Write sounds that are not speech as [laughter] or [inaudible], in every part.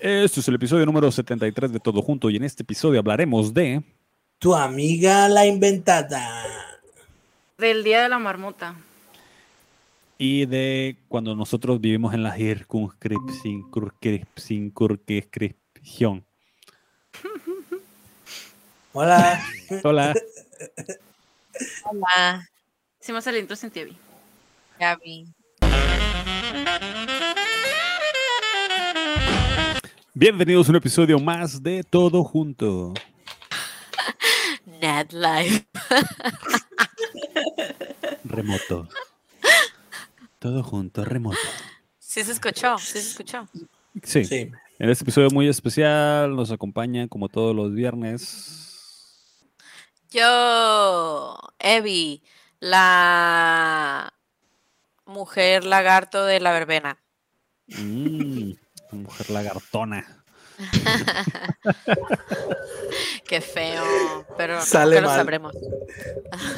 Este es el episodio número 73 de Todo Junto y en este episodio hablaremos de... Tu amiga la inventada. Del día de la marmota. Y de cuando nosotros vivimos en la circunscripción. circunscripción. Hola. Hola. Hola, Hicimos el intro sin Tievi. Gaby. Bienvenidos a un episodio más de Todo Junto. Nat Life. Remoto. Todo Junto, remoto. Sí se escuchó, sí se escuchó. Sí, Sí. en este episodio muy especial nos acompaña como todos los viernes. Yo, Evi, la mujer lagarto de la verbena. Mm, la mujer lagartona. Qué feo, pero Sale nunca lo mal. sabremos.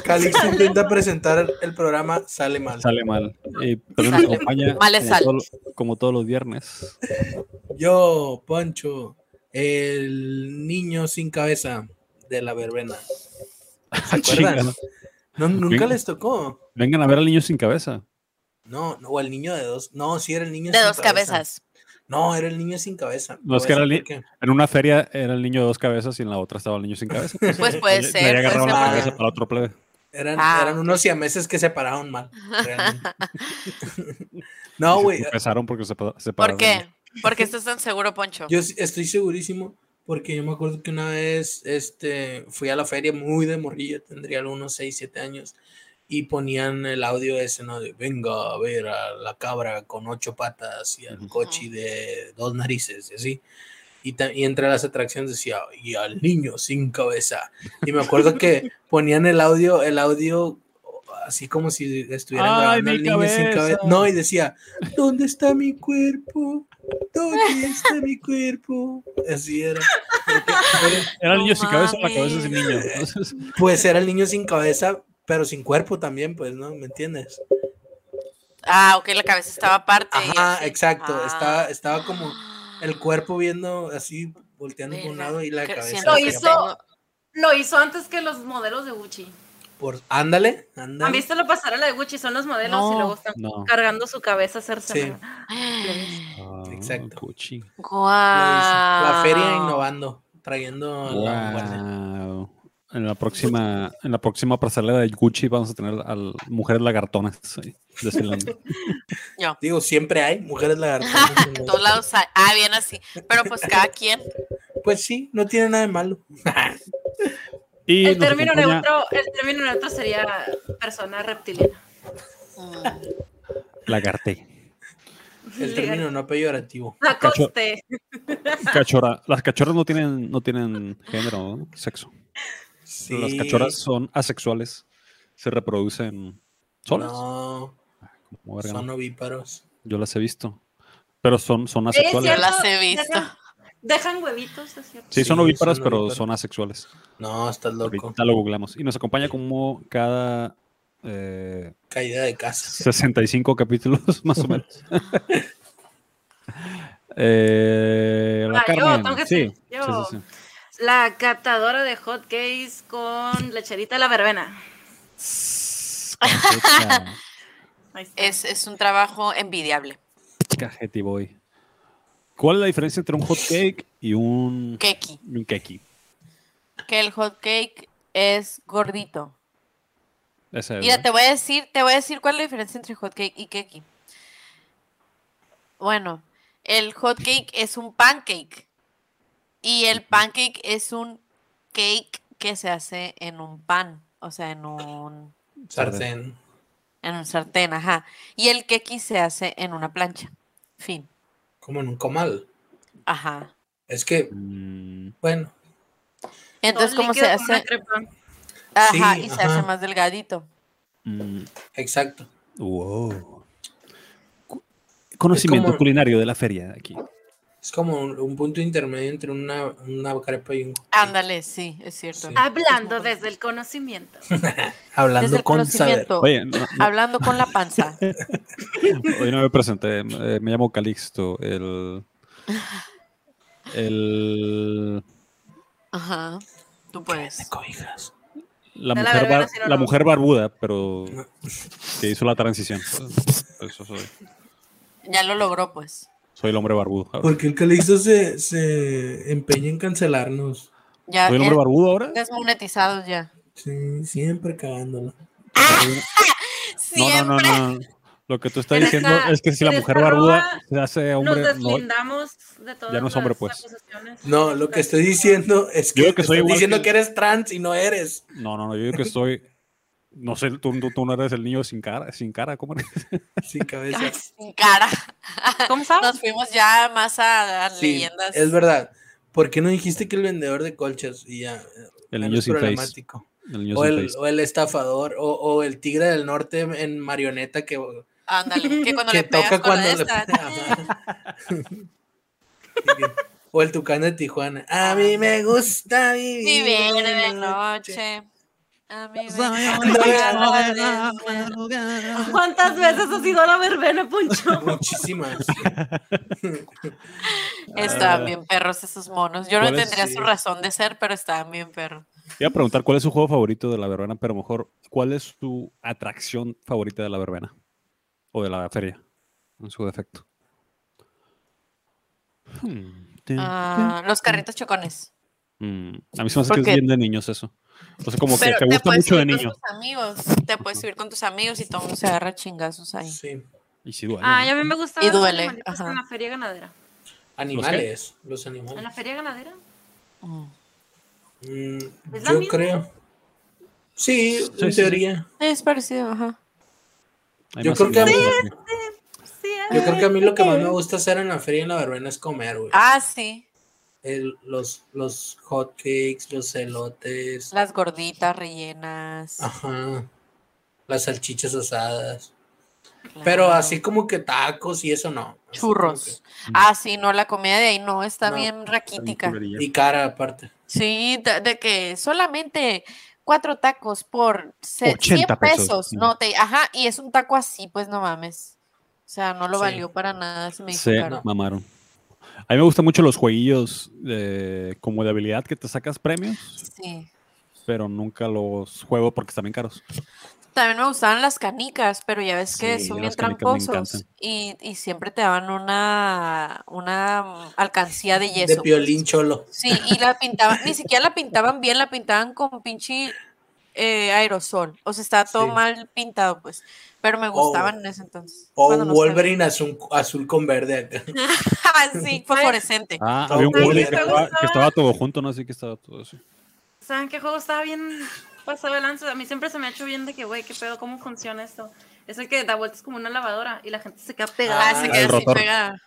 Calix intenta presentar el programa, sale mal. Sale mal. Eh, también [laughs] nos Sale- acompaña mal es como, sal. todo- como todos los viernes. Yo, Pancho, el niño sin cabeza de la verbena. ¿Se Ah, acuerdan? [laughs] Chinga, No, nunca Sí. les tocó. Vengan a ver al niño sin cabeza. No, no, o el niño de dos. No, sí era el niño De sin dos cabeza. cabezas. No, era el niño sin cabeza. No, es Te que voy a era decir el por qué. En una feria era el niño de dos cabezas y en la otra estaba el niño sin cabeza. Pues, Pues puede le- le ser, había agarrado puede ser la porque- cabeza para otro plebe. Eran, Ah, eran ok. unos siameses que se pararon [laughs] mal. realmente. [laughs] Y no, se [laughs] güey. Empezaron porque se pa- separaron. ¿Por qué? [laughs] ¿Por qué estás tan seguro, Poncho? Yo s- estoy segurísimo porque yo me acuerdo que una vez este, fui a la feria muy de morrillo, tendría unos 6, 7 años, y ponían el audio ese, ¿no? De venga a ver a la cabra con ocho patas y al Ujú. coche de dos narices, y así. Y, ta- y entre las atracciones decía, y al niño sin cabeza. Y me acuerdo que ponían el audio, el audio así como si estuvieran Ay, grabando mi el niño sin cabeza. cabeza. No, y decía, ¿dónde está mi cuerpo? ¿Dónde está mi cuerpo? Así era. Era el No niño sin cabeza o la mames. cabeza sin niño. Entonces, Pues era el niño sin cabeza, pero sin cuerpo también, pues, ¿no? ¿Me entiendes? Ah, ok, la cabeza estaba aparte. y Ajá, así. exacto. Ah. Estaba, estaba como el cuerpo viendo así, volteando por un [gasps] Verga, lado y la que cabeza. siento Lo que hacia hizo- abajo. [gasps] tengo- Lo hizo antes que los modelos de Gucci. Por, ándale, ¿Han ándale. visto la pasarela de Gucci? Son los modelos No. y luego están [laughs] no. cargando su cabeza a hacerse. Sí. Ah, Exacto. cuchi. La feria Guau. innovando, trayendo la vanguardia. Guau. En la próxima, en la próxima pasarela de Gucci vamos a tener a mujeres lagartonas sí, [laughs] desfilando. Digo, siempre hay mujeres lagartijas. En todos lados hay- Ah, bien así. Pero pues cada quien. Pues sí, no tiene nada de [laughs] malo. Y El nos término, acompaña- neutro, el término neutro sería persona reptiliana. Mm. Lagarte. El Legal. término no peyorativo. La Cacho- coste. Cachorra. Las cachorras no tienen, no tienen género, ¿no? sexo. Las Sí, cachorras son asexuales. Se reproducen solas. No, como verga, son ¿no? ovíparos. Yo las he visto. Pero son, son Es asexuales. cierto, las he dejan- visto. Dejan huevitos, es cierto. Sí, son Sí, ovíparos, son pero ovíparos. son asexuales. No, estás loco. Ahorita lo googleamos. Y nos acompaña como cada eh, Caída de casa. 65 capítulos, [laughs] más o menos. Eh, la Ah, yo, Carmen, tengo que sí, ser yo. sí, sí, sí. La catadora de hot cakes con lecherita de la verbena. Sss, [laughs] cajeta, Ahí está. Es, es un trabajo envidiable. cajeti boy. ¿Cuál es la diferencia entre un hot cake y un, Keki. y un keki? Que el hot cake es gordito. Esa es, Mira, ¿no? te voy a decir, te voy a decir cuál es la diferencia entre hot cake y keki. Bueno, el hot cake es un pancake. Y el pancake es un cake que se hace en un pan. O sea, en un, Sartén. en un sartén, ajá. Y el keki se hace en una plancha. Fin. Como en un comal. Ajá. Es que, Mm, bueno, Entonces, Todo como se líquido con hace, una crepa. ajá, Sí, y se hace ajá. más delgadito. mm, exacto. wow. Cu- Conocimiento como- culinario de la feria de aquí. Es como un, un punto intermedio entre una, una crepa y un. Ándale, sí, es cierto. Sí. Hablando desde el conocimiento. Desde Hablando el con saber. conocimiento, Oye, no- Ah, no- hablando con la panza. Hoy no me presenté, eh, me llamo Calixto, el, El, Ajá. Tú De puedes. cobijas. la, De la mujer verbena, bar- sí, no, la no. mujer barbuda, pero que hizo la transición. Eso soy. Ya lo logró, pues. Soy el hombre barbudo. Pues, ahora. Porque el Calixto se, se empeña en cancelarnos. Ya ¿Soy el hombre eh, él- barbudo ahora? desmonetizados ya. Sí, siempre cagándola. Ah. No, no, no, Siempre. no, no. Lo que tú estás En diciendo esta- es que si la en mujer esta barbuda roba se hace Nos hombre. no. deslindamos de todas ya no es hombre, las pues. acusaciones. No, lo que estoy diciendo es que, Yo creo que estás soy igual diciendo que- que... eres trans y no eres. No, no, no, yo digo que soy. No sé, tú, tú- tú no eres el niño sin cara, sin cara, ¿cómo eres? Sin cabeza. Ay, Sin cara. ¿Cómo sabes? Nos fuimos ya más a, a Sí, leyendas. es verdad. ¿Por qué no dijiste que el vendedor de colchas y ya? El menos niño sin face. problemático. El niño O sin el, face. o el estafador, o, o el tigre del norte en marioneta que, Ándale. Que cuando que le pegas toca con la cuando le esta, O el tucán de Tijuana. A mí me gusta vivir. Y verde de noche. A mí me Ándale. [laughs] ¿Cuántas veces has ido a la verbena, [laughs] Poncho? Muchísimas. Estaban bien perros esos monos. Yo no ¿Cuál es? tendría su Sí. razón de ser, pero estaban bien perros. Iba a preguntar cuál es su juego favorito de la verbena, pero mejor, ¿cuál es su atracción favorita de la verbena? O de la feria, en su defecto. Hmm, tin, Ah, los carritos chocones. tin. Mm, A mí se me hace que ¿por es qué? bien de niños eso. O sea, como que Pero pues, te gusta puedes mucho de subir con niño. tus amigos. Te puedes subir con tus amigos y todo el mundo se agarra chingazos ahí. Sí. Y si duele. Ah, ¿no? a mí me gusta Y ver los duele, animalitos ajá. En la feria ganadera. Animales, los ¿En animales. la feria ganadera? Mm. Mm, Pues ¿Es la yo misma? creo. Sí, Sí, en sí, sí. teoría. Sí, Es parecido, ajá. Hay yo más creo que a mí- animales aquí. Sí, ¿eh? Yo creo que a mí lo que más me gusta hacer en la feria y en la verbena es comer, güey. Ah, sí. El- los, los hot cakes, los elotes, Las gorditas rellenas. Ah, ajá, las salchichas asadas. claro. Pero así como que tacos y eso no. Así como Churros. que- Ah, sí, no, la comida de ahí no está No, bien Está bien raquítica. culerilla. Y cara aparte. Sí, de, de que solamente cuatro tacos por se- 100 80 pesos, pesos. sí. No te, ajá, y es un taco así, pues no mames. O sea, no lo Sí. valió para nada, se me hizo Se caro. mamaron. A mí me gustan mucho los jueguillos de- como de habilidad que te sacas premios, Sí. pero nunca los juego porque están bien caros. También me gustaban las canicas, pero ya ves que Sí, son bien las canicas me tramposos y, y siempre te daban una, una mm, alcancía de De yeso. piolín cholo. Sí, y la pintaban, ni siquiera la pintaban bien, la pintaban con pinche eh, aerosol. O sea, estaba todo Sí. mal pintado, pues. Pero me O- gustaban en ese entonces. O cuando un no sabía. Wolverine azul, azul con verde acá. [laughs] Ah, sí, [laughs] fosforescente. Ah, Todo había un culero. Wolverine que ¿Te estaba, gustaba? que estaba todo junto, ¿no? Así que estaba todo así. ¿Saben qué juego estaba bien pasado de lanza? A mí siempre se me ha hecho bien de que, güey, qué pedo, cómo funciona esto. Es el que da vueltas como una lavadora y la gente se queda Ah, pegada. se el queda así rotor. pegada.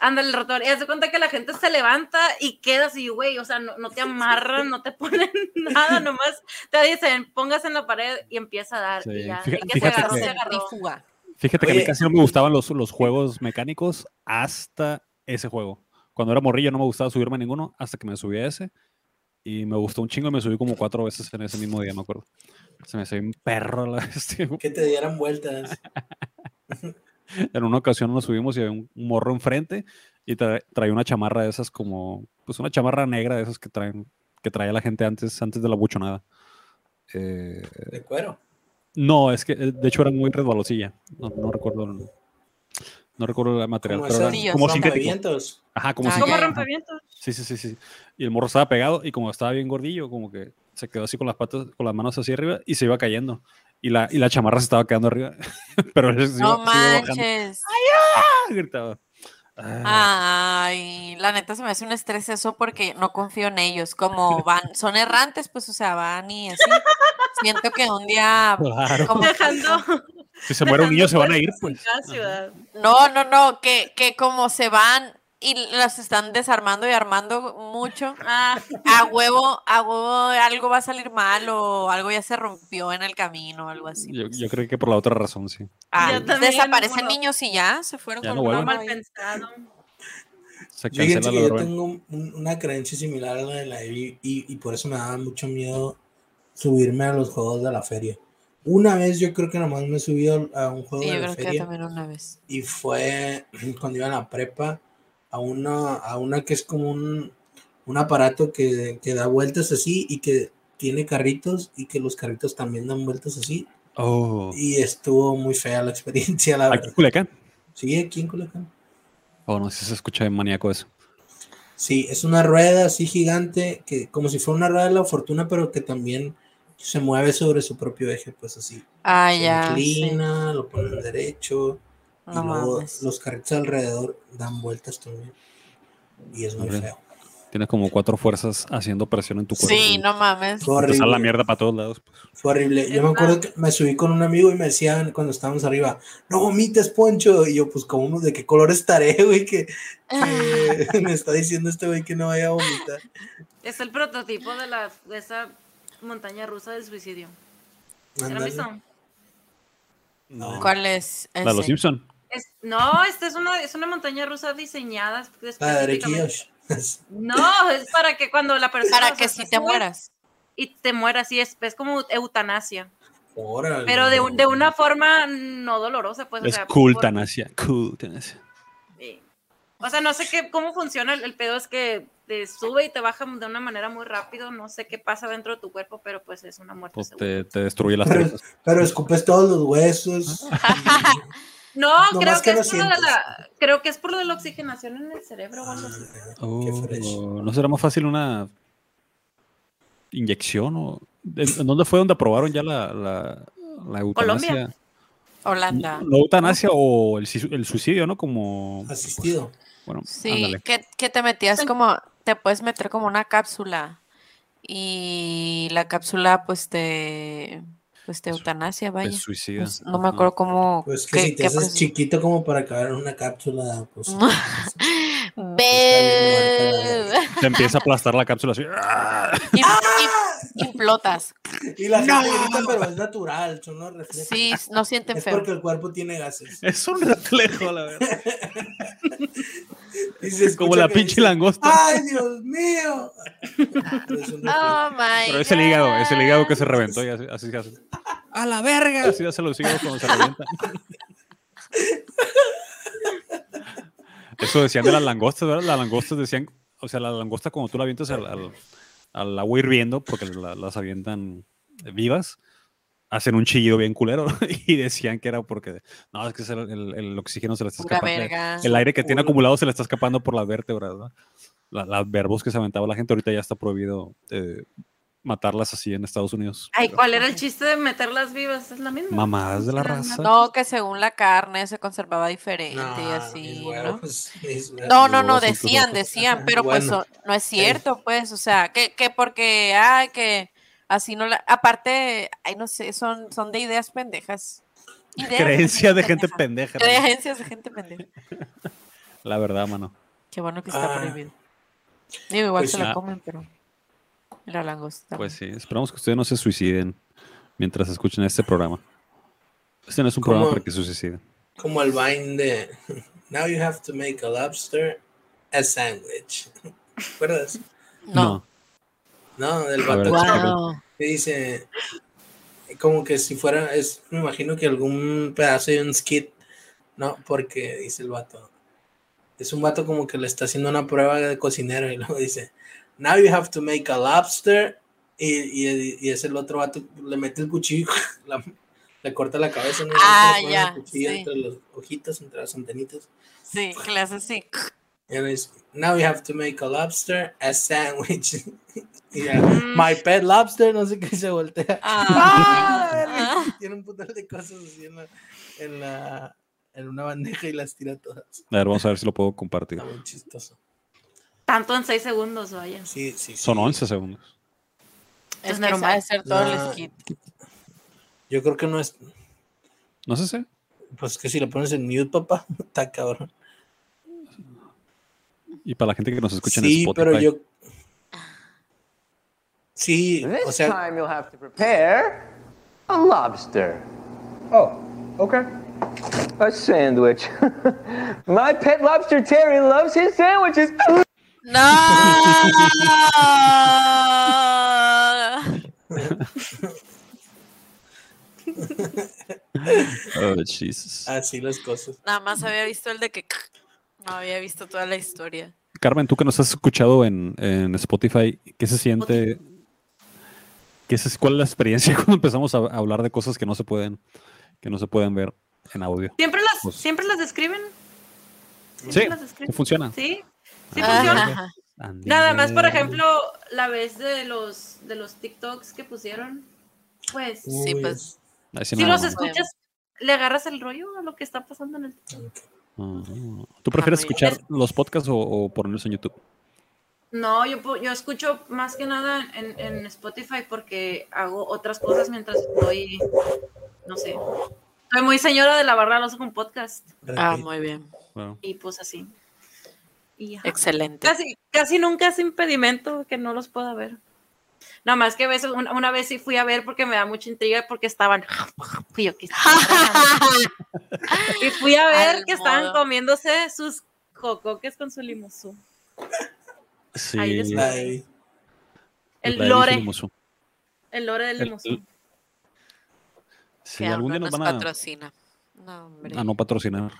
Ándale el rotor. Y haz de cuenta que la gente se levanta y queda así, güey. O sea, no, no te amarran, no te ponen [laughs] nada, nomás te dicen, póngase en la pared y empieza a dar. Sí, Y ya. fija- El que se fíjate agarró, que- se agarró. Centrífuga. Fíjate que a mí Oye. casi no me gustaban los, los juegos mecánicos hasta ese juego. Cuando era morrillo no me gustaba subirme a ninguno hasta que me subí a ese. Y me gustó un chingo y me subí como cuatro veces en ese mismo día, me acuerdo. Se me salió un perro a la [laughs] vez. tío. Que te dieran vueltas. En una ocasión nos subimos y había un un morro enfrente y tra- traía una chamarra de esas como, pues una chamarra negra de esas que traen, que traía la gente antes, antes de la buchonada. Eh, De cuero. no, es que eh, de hecho era muy resbalosilla. No, no recuerdo, el- no recuerdo el material, Como pero esos era como sintético. rompevientos. Ajá, como Ah, si ya, ¿Cómo ya. Ajá. rompevientos? Sí, sí, sí, sí. Y el morro estaba pegado y como estaba bien gordillo, como que se quedó así con las patas, con las manos así arriba y se iba cayendo. Y la, y la chamarra se estaba quedando arriba. [laughs] Pero él se iba, No se iba bajando. manches. ¡Ah! Gritaba. Ah, Ay, la neta se me hace un estrés eso porque no confío en ellos. Como van, son errantes, pues, o sea, van y así. Siento que un día. claro. como- Dejando. [laughs] Si se muere un niño se van a ir, pues. cada ciudad. No, no, no, que, que como se van y los están desarmando y armando mucho. Ah, A huevo, a huevo, algo va a salir mal o algo ya se rompió en el camino o algo así. Yo, pues. yo creo que por la otra razón, sí. Ah, Yo también, desaparecen bueno. niños y ya se fueron Ya con no una no vuelven. mano mal ahí. pensado. Se Yo fíjense cancela que la yo verbena. tengo un- una creencia similar a la de la Evi y, y por eso me daba mucho miedo subirme a los juegos de la feria. Una vez yo creo que nomás me he subido a un juego Sí, de la yo creo que feria [clears throat] también una vez. y fue cuando iba a la prepa a una, a una que es como un, un aparato que, que da vueltas así y que tiene carritos y que los carritos también dan vueltas así. Oh. Y estuvo muy fea la experiencia, la Aquí en verdad. Culiacán. Sí, aquí en Culiacán. Oh, no sé si se escucha de maníaco eso. Sí, es una rueda así gigante, que como si fuera una rueda de la fortuna, pero que también se mueve sobre su propio eje, pues así. Ah, Se ya. sí. inclina, lo ponen derecho, No y luego mames. los carritos alrededor dan vueltas también. Y es muy Hombre, feo. Tienes como cuatro fuerzas haciendo presión en tu cuerpo. Sí, no mames. Fue Te sale la horrible. mierda para todos lados. pues. Fue horrible. Es Yo me acuerdo que me subí con un amigo y me decían cuando estábamos arriba, no vomites, Poncho. Y yo, pues, ¿cómo? ¿De qué color estaré, [laughs] güey? Que, [laughs] Ah, que me está diciendo este güey que no vaya a vomitar. Es el prototipo de, la, de esa montaña rusa del suicidio. ¿Ya ¿Lo han Ándale. visto? No. ¿Cuál es? La de los ese? Simpson. Es- no, esta es una, es una montaña rusa diseñada La de Drake y específicamente- [laughs] Josh. No, es para que cuando la persona... Para o que sea, si se te sube mueras. Y te mueras, sí, es, es como eutanasia. Órale. Pero de, un- de una forma no dolorosa, pues. o Es sea, cool por- tanasia. Cool tanasia. Sí. O sea, no sé qué, cómo funciona el, el pedo, es que te sube y te baja de una manera muy rápido, no sé qué pasa dentro de tu cuerpo, pero pues es una muerte Pues segura. te, te destruye las Pero- tripas. Pero escupes todos los huesos. Ah, No, Nomás creo que, que lo es por lo de sientes. la, creo que es por lo de la oxigenación en el cerebro o algo Ah. así. Qué fresh. Oh, ¿No será más fácil una inyección? O... ¿En en dónde fue donde aprobaron ya la, la, la eutanasia? Colombia. Holanda. No, eutanasia o el, si- el suicidio, ¿no? Como. pues, Asistido. Bueno, Sí, ándale. que, que te metías como, te puedes meter como una cápsula y la cápsula pues te, pues te Te su- eutanasia, Te vaya. suicida. Pues, no me Ajá. [laughs] acuerdo cómo... Pues que qué- si te qué haces proceso. chiquito como para caber en una cápsula, pues. pues, Ve- Te empieza a aplastar la cápsula [laughs] así. ¡Ah! y- [laughs] y- Implotas. Y la gente grita, pero es natural, son los reflejos. Sí, no sienten es feo. porque el cuerpo tiene gases. Es un reflejo, la verdad. [laughs] Y se escucha Como la que pinche dice, langosta. ¡Ay, Dios mío! Pero es un reflejo. Oh my Pero es el hígado, es el hígado que God. se reventó y así, así se hace. ¡A la verga! Así hace los hígados cuando se revientan. Eso decían de las langostas, ¿verdad? Las langostas decían, o sea, la langosta cuando tú la avientas al, al- al agua hirviendo, porque la- las avientan vivas, hacen un chillido bien culero [laughs] y decían que era porque, no, es que es el, el- el oxígeno se le está Pura escapando. verga. El aire que tiene Hola. acumulado se le está escapando por las vértebras, ¿no? La- las verbos que se aventaba la gente, ahorita ya está prohibido eh, matarlas así en Estados Unidos. Ay, ¿cuál era el chiste de meterlas vivas? Es la misma. Mamadas de la raza. No, que según la carne se conservaba diferente y No, mis pues, así, ¿no? huevos, mis huevos. No, no, no, Huevos son tus decían, ojos. [laughs] decían, Ajá, pero pues bueno. so- no es cierto, pues, o sea, que, que porque, ay, que así no la, aparte, ay, no sé, son, son de ideas pendejas. Ideas Creencia de [laughs] gente pendeja. pendeja. la- Creencias de gente pendeja. La verdad, mano. Qué bueno que está Ah. prohibido. Digo, igual Pues se sí. la comen, pero la langosta. Pues sí, esperamos que ustedes no se suiciden mientras escuchen este programa. Este no es un ¿Cómo? programa para que se suiciden. Como el Vine de. [laughs] Now you have to make a lobster a sandwich. [laughs] ¿Recuerdas? no. No, del A ver, vato échale. que- Wow. que dice. Como que si fuera. es Me imagino que algún pedazo de un skit. No, porque dice el vato. Es un vato como que le está haciendo una prueba de cocinero y luego dice. Now you have to make a lobster. Y, y, y es el otro vato, le mete el cuchillo, [laughs] la- le corta la cabeza, ¿no? Y Ah, le pone el ya, cuchillo sí. entre los ojitos, entre las antenitas. Sí, que le [laughs] hace así. And it's now you have to make a lobster a sandwich. [laughs] yeah. Mm. My pet lobster, no sé qué se voltea. [laughs] Ah. Ah, Tiene un putal de cosas así en la, en la- en una bandeja y las tira todas. A ver, vamos a ver si lo puedo compartir. Está muy chistoso. Tanto en seis segundos, vaya. Sí, sí, sí. Son 11 segundos. Es Es que normal. sabe hacer todo No. el skit. Yo creo que no es. No sé si. Pues que si lo pones en mute, papá, [laughs] está cabrón. Y para la gente que nos escucha en Sí, Spotify. pero yo. Sí, This o sea, time you'll have to prepare a lobster. Oh, okay. A sandwich. [laughs] My pet lobster Terry loves his sandwiches. [laughs] No. Oh, Jesus. así las cosas. Oh, Nada más había visto el de que [laughs] No había visto toda la historia. Carmen, tú que nos has escuchado en, en Spotify, ¿qué se siente? ¿Qué se- ¿Cuál es la experiencia [laughs] cuando empezamos a a hablar de cosas que no se pueden, que no se pueden ver en audio? Siempre las, Pues- siempre las describen. Sí, las escribo. funciona. Sí, sí Ah, funciona. Ajá. Andine. Nada más, por ejemplo, la vez de los de los TikToks que pusieron, pues Uh, Sí, pues. Ahí sí si me la los mamé. escuchas, le agarras el rollo a lo que está pasando en el Ujú. Ah, ¿Tú prefieres Ah, Ajá. escuchar los podcasts o, o ponerlos en YouTube? No, yo, pu- yo escucho más que nada en, en Spotify porque hago otras cosas mientras estoy, no sé. Soy muy señora de la barra de los con podcast Ah, muy bien. Bueno, y pues así. Y ajá. Excelente. casi, casi nunca es impedimento que no los pueda ver. Nada más que a veces, una, una vez sí fui a ver porque me da mucha intriga porque estaban. [laughs] Fui yo que Y fui [laughs] a ver Al que estaban modo. comiéndose sus cocoques con su limusú. sí. ahí les- la- La Evi. El la Elisa lore, Limusú. el lore del El- limusú. el- Sí, Que algún ahora día nos nos van a, patrocina. No, hombre. a no patrocinar,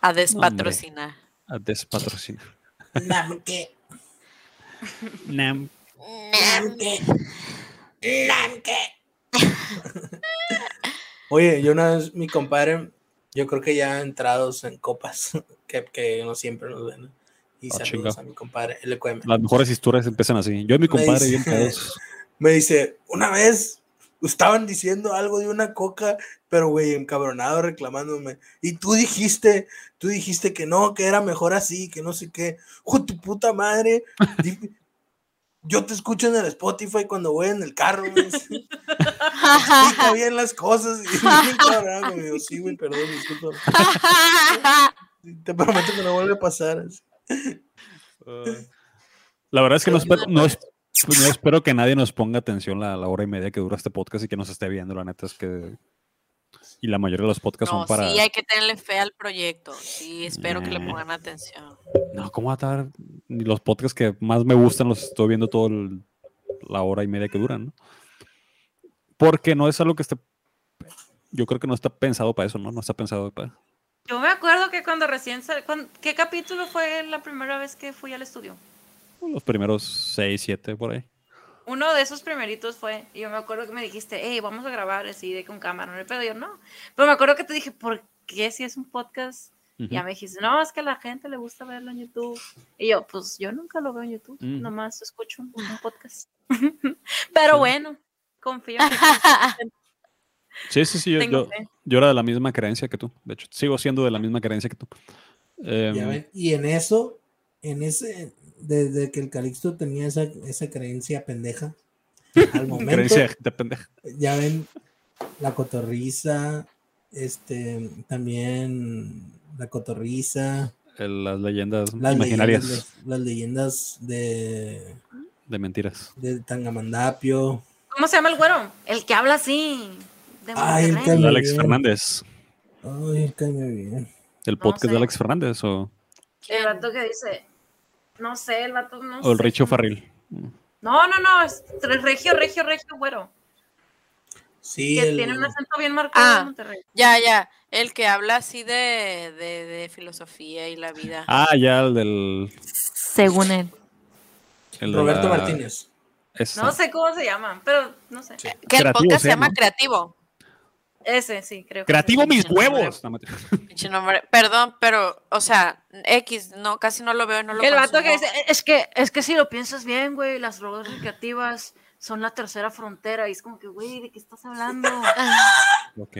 A despatrocinar. a despatrocinar. Nah, ¿qué? Nam. [laughs] Oye, yo una vez, mi compadre, yo creo que ya entrados en copas, [laughs] que, que no siempre nos ven. Y Ah, saludos chinga. a mi compadre, LQM. Las mejores historias empiezan así. Yo y mi compadre dice- bien pedos. Me dice, una vez estaban diciendo algo de una coca, pero güey, encabronado reclamándome. Y tú dijiste, tú dijiste que no, que era mejor así, que no sé qué. ¡Hijo de tu puta madre! di- Yo te escucho en el Spotify cuando voy en el carro, me dice. explica bien las cosas. Y [laughs] me encabraba conmigo. Sí, güey, perdón, disculpa. Te prometo que no vuelve a pasar. La verdad es que no espero, no, es- pues, no espero que nadie nos ponga atención la, la hora y media que dura este podcast y que nos esté viendo. La neta es que. Y la mayoría de los podcasts No, son para. Eh. sí, hay que tenerle fe al proyecto. Sí, espero que le pongan atención. No, ¿cómo va a estar? Ni los podcasts que más me gustan los estoy viendo toda la hora y media que duran, ¿no? Porque no es algo que esté. Yo creo que no está pensado para eso, ¿no? No está pensado para. Yo me acuerdo que cuando recién sal- cuan- ¿qué capítulo fue la primera vez que fui al estudio? Los primeros seis, siete por ahí. Uno de esos primeritos fue, y yo me acuerdo que me dijiste, hey, vamos a grabar así de con cámara, no hay pedo, yo no. Pero me acuerdo que te dije, ¿por qué si es un podcast? Y Ya Ujú. me dijiste, no, es que a la gente le gusta verlo en YouTube. Y yo, pues yo nunca lo veo en YouTube, Mm. nomás escucho un, un [laughs] podcast. Pero Sí. bueno, confío. Sí, sí, sí. Yo, Tengo yo- fe. yo era de la misma creencia que tú. De hecho, sigo siendo de la misma creencia que tú. Em, Ya ven, Y en eso, en ese, desde que el Calixto tenía esa, esa creencia pendeja, [laughs] al momento, creencia de gente pendeja. ya ven, la cotorriza, este, también la cotorriza, El- Las leyendas las imaginarias leyendas, las, las leyendas de, de mentiras. de Tangamandapio. ¿Cómo se llama el güero? El que habla así. De Ay, el Monterrey. que El Muy Alex bien. Fernández. Ay, cállame bien. El podcast de sé. Alex Fernández o, El vato que dice, no sé, el vato no o el sé Richo cómo- Farril. No, no, no, es tre- regio, regio, regio, güero. Sí, Que el- tiene un acento bien marcado Ah. de Monterrey. Ya, ya. El que habla así de, de, de filosofía y la vida. Ah, ya, el del. Según él. el de Roberto la- Martínez. esa. No sé cómo se llama, pero no sé. Sí. que el creativo podcast se se llama llama. Creativo. Ese sí, creo. que Creativo sí. mis Pinche nombre. huevos. No, mentira. Pinche nombre. Perdón, pero, o sea, X, no, casi no lo veo, no lo El vato que consumo. dice, "Eh, es que, es que si lo piensas bien, güey, las drogas recreativas son la tercera frontera. Y es como que, güey, ¿de qué estás [laughs] hablando? Ok.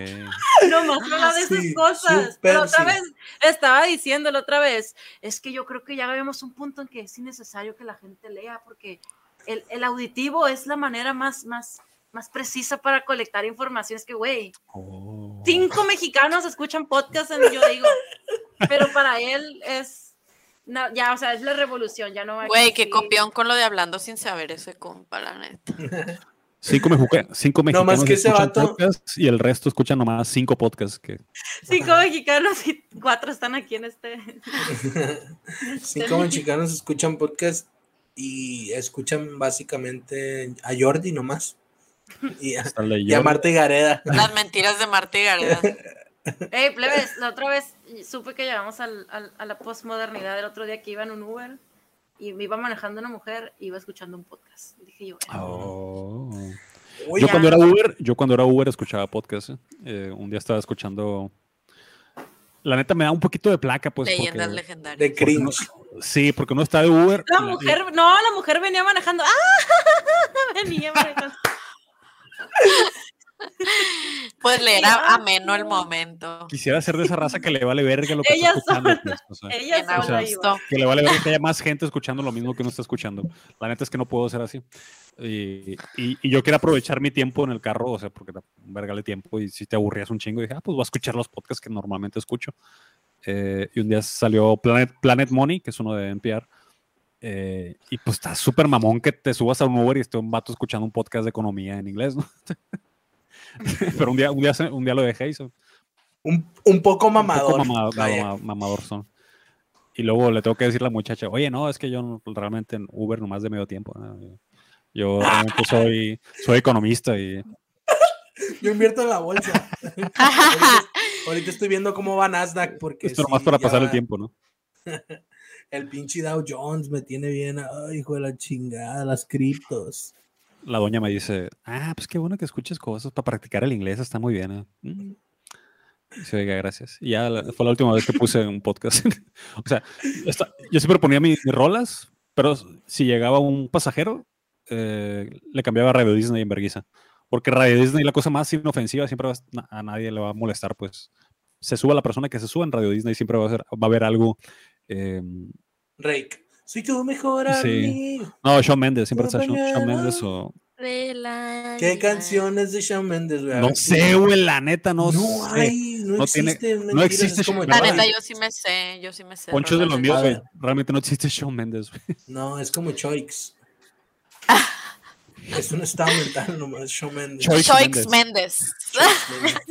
No más habla de esas Ah, Sí, cosas. Pero súper otra sí. vez, estaba diciéndolo otra vez, es que yo creo que ya vemos un punto en que es innecesario que la gente lea, porque el, el auditivo es la manera más, más, más precisa para colectar información. Es que, güey, Oh. cinco mexicanos escuchan podcast en Yo Digo, pero para él es, no, ya, o sea, es la revolución, ya no va a Güey, que existir. copión con lo de hablando sin saber ese compa, la neta. Cinco, mejuca- cinco mexicanos más que ese escuchan vato- podcasts y el resto escuchan nomás cinco podcasts. Que... Cinco mexicanos y cuatro están aquí en este. Cinco mexicanos escuchan podcast y escuchan básicamente a Jordi nomás. Y a, Está el de y a Jordi. Marta y Gareda. [laughs] Pues, Las mentiras de Marta y Gareda. Ey, plebes, la otra vez supe que llegamos al- al- a la posmodernidad el otro día que iba en un Uber y me iba manejando una mujer y iba escuchando un podcast. Dije yo, "Ah, Oh. Uy, Yo ya. cuando era Uber, yo cuando era Uber escuchaba podcast. ¿eh? Eh, un día estaba escuchando. La neta me da un poquito de placa, pues. Leyendas porque- legendarias. de cringe. Sí, porque uno está de Uber. la y- mujer, no, la mujer venía manejando. ¡Ah! [laughs] Venía manejando. Pues le era Ay, ameno el no. momento. Quisiera ser de esa raza que le vale verga lo que está Ellas escuchando. son- pues, o sea, Ella Bien a sola iba. gusto. que le vale verga que haya más gente escuchando lo mismo que uno está escuchando. La neta es que no puedo ser así. Y, y- y yo quiero aprovechar mi tiempo en el carro, o sea, porque da un vergale tiempo y si te aburrías un chingo, dije, ah, pues voy a escuchar los podcasts que normalmente escucho. Eh, y un día salió Planet, Planet Money, que es uno de NPR. eh, y pues está súper mamón que te subas a un Uber y esté un vato escuchando un podcast de economía en inglés, ¿no? [laughs] Pero un día, un, día, se- un día lo dejé y se- Un, un poco un poco mamador. Este mamado- Vaya. mamado- mamador son. Y luego le tengo que decir a la muchacha, oye, no, es que yo no- realmente en Uber nomás de medio tiempo. ¿no? Yo Ah. realmente soy, soy economista y Yo invierto en la bolsa. ahorita, ahorita estoy viendo cómo va Nasdaq porque esto sí, nomás para ya pasar el va. tiempo, ¿no? El pinche Dow Jones me tiene bien, ay, hijo de la chingada, las criptos. La doña me dice, ah, pues qué bueno que escuches cosas para practicar el inglés, está muy bien. ¿eh? Mm". Y se oiga, gracias. Y ya la- fue la última vez que puse un podcast. [laughs] o sea, esta- yo siempre ponía mis, mis rolas, pero si llegaba un pasajero, eh, le cambiaba a Radio Disney en vergüenza. Porque Radio Disney es la cosa más inofensiva, siempre vas- na- a nadie le va a molestar, pues. Se suba la persona que se suba en Radio Disney, siempre va a, ser, va a haber algo. eh, no, Rake, soy tu mejor Sí. amigo. Shawn Mendes, siempre está Shawn, Shawn Mendes o ¿Qué canciones de Shawn Mendes, güey? A No ver si- sé, güey, la neta, no, No sé. hay, no, No tiene- existe. no mentiras, existe es como Shawn La Mendes. neta, Choy. yo sí me sé, yo sí me sé. Poncho es de los rolas míos, A güey. ver. Realmente no existe Shawn Mendes, güey. No, es como [laughs] Choix. es un estado mental nomás, Shawn Mendes. Choix Méndez. Choix Méndez. [laughs]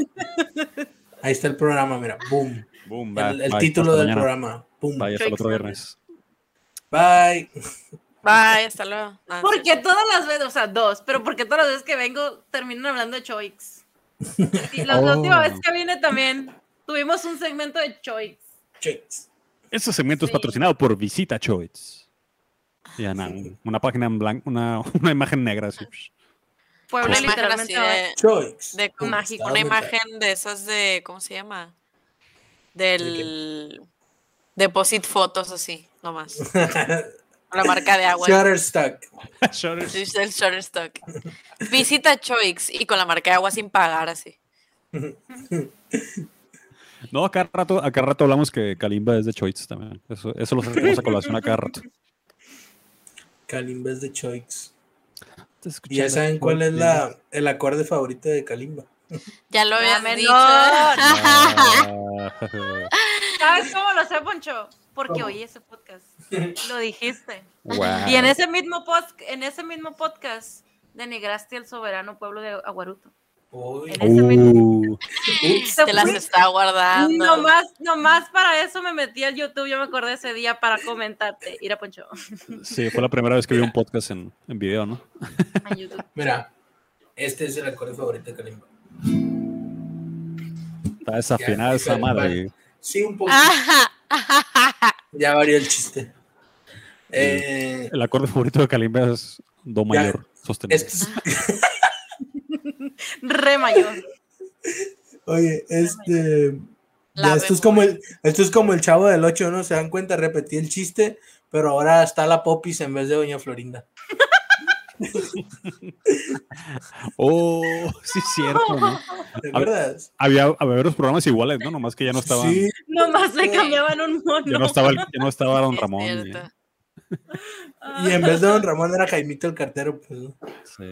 Ahí está el programa, mira, boom. Boom, El, el título del programa, boom. Vaya, hasta el otro Choix viernes. Bye. [laughs] Bye, hasta luego. No, no es Porque cierto. todas las veces, o sea, dos, pero porque todas las veces que vengo terminan hablando de Choix. Y la, la última Oh. vez que vine también tuvimos un segmento de Choix. Choix. Este segmento es Sí. patrocinado por Visita Choice. Ah, Ya, nada, un- una página en blanco, una, [laughs] una imagen negra, así. Puebla Una imagen así literalmente. va- de, Choix. de- Un mágico, estado una mental. imagen de esas de, ¿cómo se llama? Del deposit fotos así, [laughs] nomás. Con La marca de agua. Shutterstock. Shutter. Sí, El Shutterstock. Visita Choix y con la marca de agua sin pagar así. [laughs] No, acá rato, acá rato hablamos que Kalimba es de Choice también. Eso, eso lo sacamos a colación acá [laughs] rato. Kalimba es de Choix. Y ya saben cuál es [laughs] la, el acorde favorito de Kalimba. Ya lo habían Dámelo. dicho. Ah, ¿Sabes cómo lo sé, Poncho? Porque oí ese podcast. Lo dijiste. wow. Y en ese mismo podcast, en ese mismo podcast denigraste al soberano pueblo de Aguaruto. Uy, En ese mismo Uh, ups, Se [laughs] Te las fue. está guardando. Nomás, nomás para eso me metí al YouTube, yo me acordé ese día para comentarte. Ir a Poncho sí, fue la primera vez que vi un podcast en, en video, ¿no? a YouTube. Mira, este es el acorde favorito de Kalimba. Está desafinada esa madre. Sí, un poco. Ajá, ajá. Ya varió el chiste. Eh, El acorde favorito de Kalimba es Do mayor sostenido. esto es- Re mayor. oye, este. La ya, esto, es vemos. como el, esto es como el chavo del 8, ¿no? Se dan cuenta, repetí el chiste, pero ahora está la Popis en vez de Doña Florinda. Oh, sí, cierto, ¿no? ¿Te A ver, acuerdas? Había, había unos programas iguales, ¿no? Nomás que ya no estaban. Sí, Nomás le Güey. cambiaban un mono. Ya no estaba, el- ya no estaba Don [laughs] Es Ramón. eh. y- cierto. Ah. y en vez de Don Ramón era Jaimito el cartero, pues. ¿no? sí.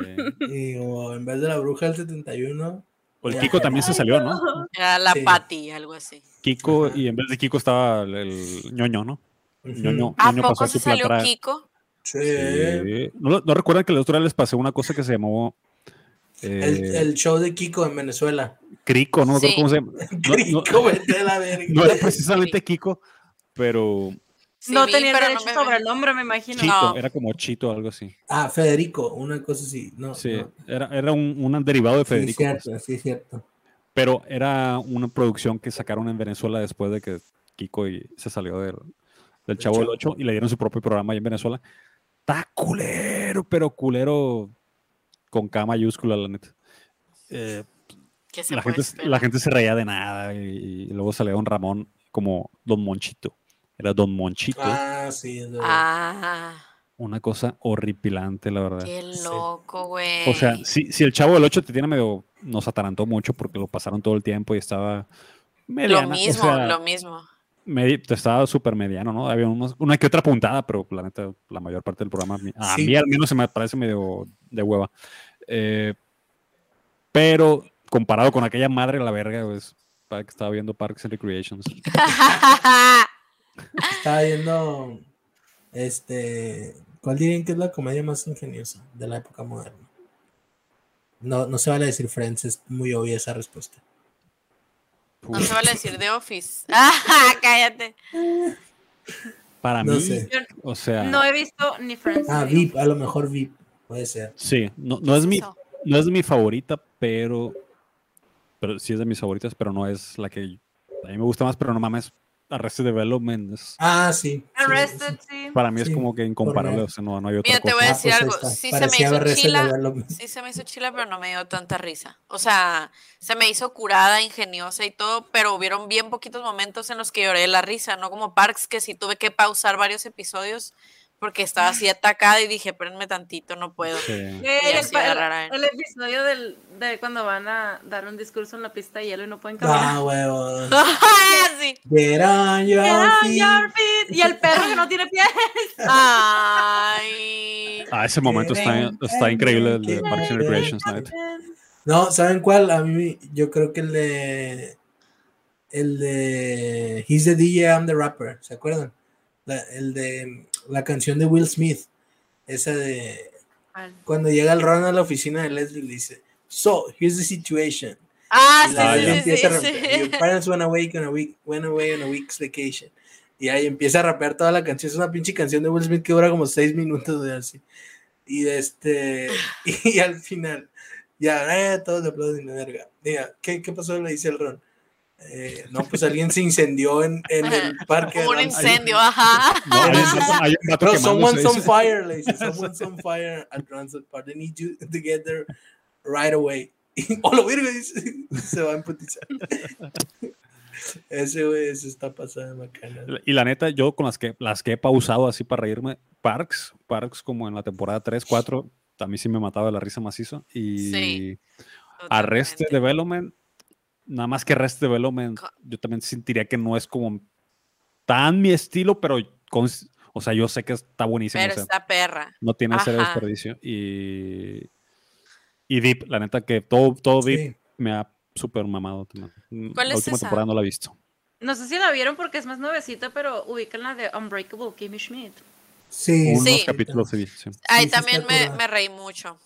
Y o en vez de la bruja del 71, O el Kiko también se salió, ¿no? Era la Sí. Patty, algo así. Kiko, Ajá. y en vez de Kiko estaba el, el ñoño, ¿no? Ñoño, ¿A ñoño poco pasó se su salió platra. Kiko? Sí. Sí. ¿No, no recuerdan que los otros les pasé una cosa que se llamó. eh, El, el show de Kiko en Venezuela. Crico, no me acuerdo Sí. cómo se llama. No, no- [laughs] Kiko, vete a la verga. no era precisamente Kiko, pero Sí no vi, tenía pero no derecho me- sobre el nombre, me imagino. Chito, No. era como Chito o algo así. Ah, Federico, una cosa así. No, Sí, no. era, era un, un derivado de Sí, Federico. pues. cierto, sí, cierto. Pero era una producción que sacaron en Venezuela después de que Kiko y- se salió del, del Chavo del 8 y le dieron su propio programa ahí en Venezuela. Está culero, pero culero con K mayúscula, la neta. Eh, ¿Qué se la, puede gente, esperar? la gente se reía de nada y, y luego salía Don Ramón como Don Monchito. Era Don Monchito. Ah, sí, es verdad. Ah, Una cosa horripilante, la verdad. qué Sí. loco, güey. O sea, si, si el chavo del 8 te tiene medio. Nos atarantó mucho porque lo pasaron todo el tiempo y estaba. lo mediano, o mismo, sea, lo mismo. [laughs] medi- estaba súper mediano, ¿no? Había unos- una que otra puntada, pero la neta, la mayor parte del programa. a mí- A Sí. mí al menos se me parece medio de hueva. Eh, pero comparado con aquella madre de la verga, pues. para que estaba viendo Parks and Recreations. Estaba viendo. Este. ¿Cuál dirían que es la comedia más ingeniosa de la época moderna? No, no se vale decir Friends, es muy obvia esa respuesta. no se vale decir [laughs] The Office. [laughs] Ah, cállate. Para No mí, sé. Yo o sea. no he visto ni Friends. Ah, te digo. VIP, a lo mejor VIP, puede ser. Sí, no, no es mi, Eso. no es mi favorita, pero, pero sí es de mis favoritas, pero no es la que a mí me gusta más, pero no mames, Arrested Development es- Ah, sí. sí, Arrested, sí. sí. para mí Sí, es como que incomparable, nada. o sea, no, no hay otra Mira, te voy a cosa. Ah, decir pues ahí algo. está. Sí se me Parecía hizo Arrested chila. Development. Sí se me hizo chila, pero no me dio tanta risa. O sea, se me hizo curada, ingeniosa y todo, pero hubieron bien poquitos momentos en los que lloré de la risa, no como Parks, que sí tuve que pausar varios episodios porque estaba así atacada y dije, espérenme tantito, no puedo. Ah. [laughs] Sí. Güey, Y el, así ¿eh? agarrar el- el episodio del, de cuando van a dar un discurso en la pista de hielo y no pueden caminar. Ah, huevón. Sí. Get on your Get on feet. "Ah, your feet. Y el perro que no tiene pies. [laughs] Ay. Ah, ese momento está, Ven, está ven, increíble el de ven, Parks and ven, Recreations, la neta. No, ¿saben cuál? A mí, yo creo que el de. El de. He's the DJ, I'm the rapper. ¿Se acuerdan? La, el de. La canción de Will Smith. Esa de. Cuando llega el Ron a la oficina de Leslie, le dice: So, here's the situation. Ah, Y sí, la- Ah, y ya. sí, sí, empieza a sí, rapear, sí. Your parents went away on a week, went away on a week's vacation. Y ahí empieza a rapear toda la canción. Es una pinche canción de Will Smith que dura como seis minutos de así. Y este, [laughs] y al final, ya, eh, todos le aplauden de verga. Diga, ¿qué, qué pasó? Le dice el Ron. Eh, no, pues alguien se incendió en, en el parque. de Hubo un Ramsey". incendio, ajá. No, hay, un Ah. vato- hay un vato No, quemándose, someone's on dice. fire, le dice. Someone's on fire at Transit Park. They need you to get there right away. [laughs] O lo virgo dice, [laughs] se va a emputizar. Ese güey se está pasando de macana. Y la neta, yo con las que, las que he pausado así para reírme, Parks, Parks como en la temporada 3, 4, a mí sí me mataba de la risa macizo. Y Sí. Arrested Totalmente. Development, nada más que Arrested Development, Co- yo también sentiría que no es como tan mi estilo, pero con- o sea, yo sé que está buenísimo, Pero o sea, esta perra. no tiene ese ajá. desperdicio y y Deep, la neta que todo todo Deep Sí. me ha super mamado. también. Mm, ¿Cuál la es última esa? temporada no la he visto. No sé si la vieron porque es más nuevecita, pero ubican la de Unbreakable Kimmy Schmidt. Sí, Unos Sí. capítulos sí, sí. Ahí sí está también me, curada. me reí mucho.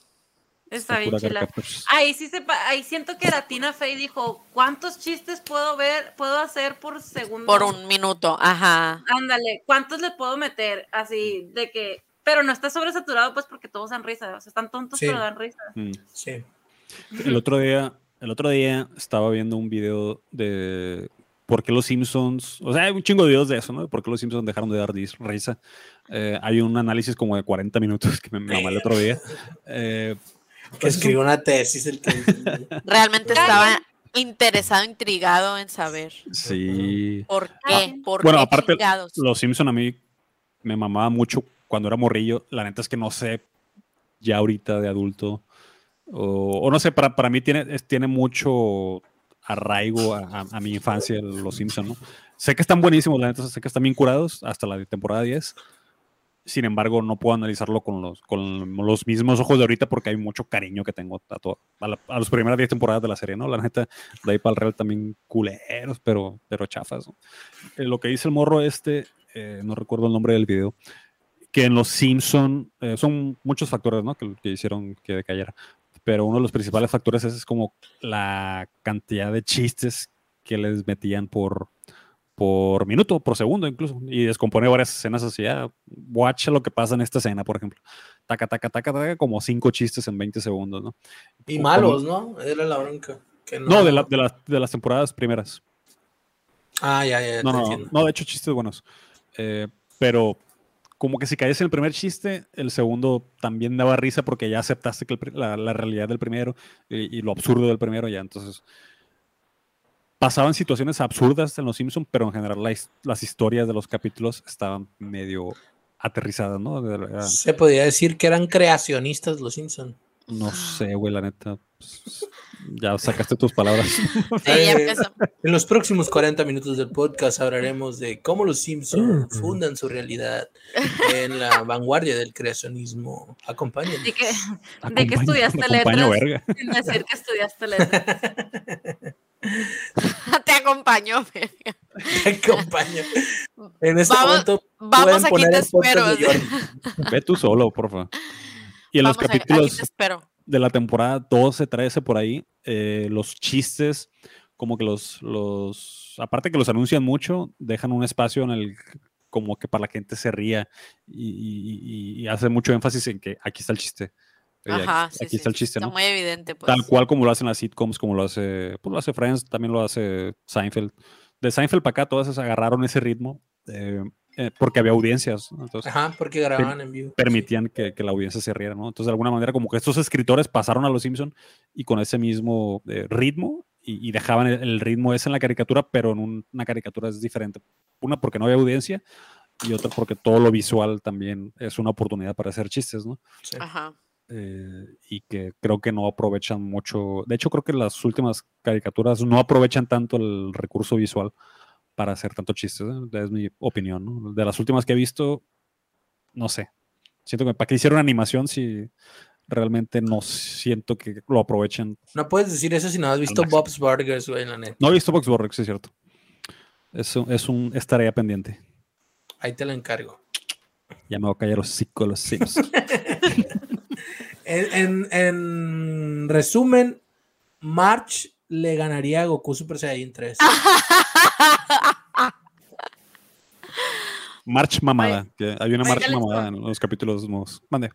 Está bien Sakura Card chila. Captors. Ahí sí se pa- ahí siento que la Tina Fey dijo, ¿cuántos chistes puedo ver, puedo hacer por segundo? Por un minuto, ajá. Ándale, ¿cuántos le puedo meter? Así de que, pero no está sobresaturado pues porque todos dan risa, o sea, están tontos Sí. pero dan risa. Mm. Sí. El otro día, el otro día estaba viendo un video de por qué los Simpsons, o sea, hay un chingo de videos de eso, ¿no? De por qué los Simpsons dejaron de dar dis- risa. Eh, hay un análisis como de 40 minutos que me mamé el otro día. Eh, Que escribió una tesis el que [laughs] Realmente Está estaba interesado, intrigado en saber sí. por Ah, qué, por bueno, qué aparte, chingados. Los Simpsons a mí me mamaba mucho cuando era morrillo. La neta es que no sé ya ahorita de adulto. O, o no sé, para, para mí tiene, es- tiene mucho arraigo a, a- a mi infancia los Simpsons, ¿no? Sé que están buenísimos, la neta, sé que están bien curados hasta la temporada 10. Sin embargo, no puedo analizarlo con los, con los mismos ojos de ahorita porque hay mucho cariño que tengo a, to- a, la- a las primeras 10 temporadas de la serie, ¿no? La neta, de ahí para el real también culeros, pero, pero chafas, ¿no? eh, lo que dice el morro este, eh, no recuerdo el nombre del video, que en los Simpson eh, son muchos factores ¿no? que, que hicieron que decayera, pero uno de los principales factores es, es como la cantidad de chistes que les metían por, por minuto, por segundo incluso, y descompone varias escenas así, ah, watch lo que pasa en esta escena, por ejemplo, taca, taca, taca, taca, como cinco chistes en 20 segundos, ¿no? Y malos, ¿no? Era la bronca. que No, de, la- de las- de las temporadas primeras. Ah, ya, ya, No, te no, entiendo. no, no, de hecho, chistes buenos. Eh, pero como que si caes en el primer chiste, el segundo también daba risa porque ya aceptaste que el pri- la, la realidad del primero y, y lo absurdo del primero ya. Entonces, pasaban situaciones absurdas en Los Simpsons, pero en general la his- las historias de los capítulos estaban medio aterrizadas, ¿no? De- de- era- Se podía decir que eran creacionistas los Simpson. Ah. no sé, güey, la neta. pues, ya sacaste tus [laughs] palabras. Sí, ya Eh, empezó. [laughs] En los próximos 40 minutos del podcast hablaremos de cómo los Mm. Simpson fundan su realidad en [laughs] la vanguardia del creacionismo. Acompáñenos. De que, de Acompaña- que estudiaste acompaña, letras. verga. [laughs] Sin decir que estudiaste letras. Te acompañó. verga. [laughs] Acompaña. En este Vamos- momento Vamos, pueden aquí te poner el podcast espero. de Jordi. [laughs] Ve tú solo, porfa. Y en Vamos, los aquí- capítulos aquí te espero. de la temporada 12, 13 por ahí, eh, los chistes, como que los, los, aparte que los anuncian mucho, dejan un espacio en el que- como que para la gente se ría y, y- y- y hace mucho énfasis en que aquí está el chiste. eh, Ajá, aquí sí, aquí sí, está el sí, chiste, Está ¿no? muy evidente, pues. Tal cual como lo hacen las sitcoms, como lo hace, pues lo hace Friends, también lo hace Seinfeld. De Seinfeld para acá todas esas agarraron ese ritmo eh, eh, porque había audiencias, ¿no? entonces Ajá, porque grababan en vivo. permitían que, que la audiencia se riera, ¿no? Entonces, de alguna manera, como que estos escritores pasaron a los Simpson y con ese mismo eh, ritmo y, y dejaban el, el ritmo ese en la caricatura, pero en un- una caricatura es diferente. Una porque no había audiencia y otra porque todo lo visual también es una oportunidad para hacer chistes, ¿no? Sí. Ajá. Eh, y que creo que no aprovechan mucho. De hecho, creo que las últimas caricaturas no aprovechan tanto el recurso visual para hacer tanto chistes. ¿eh? Es mi opinión, ¿no? De las últimas que he visto, no sé. Siento que para qué hicieron animación si realmente no siento que lo aprovechen. No puedes decir eso si no has visto máximo. Bob's Burgers, güey, la neta. No he visto Box Borrex, sí es cierto. Eso es, un, es tarea pendiente. Ahí te lo encargo. Ya me voy a callar los hocico de los [laughs] Sims. En, en- en resumen, March le ganaría a Goku Super Saiyan 3. Ah, March mamada. Que hay una Oye, march ya les- mamada en los capítulos nuevos. Mande.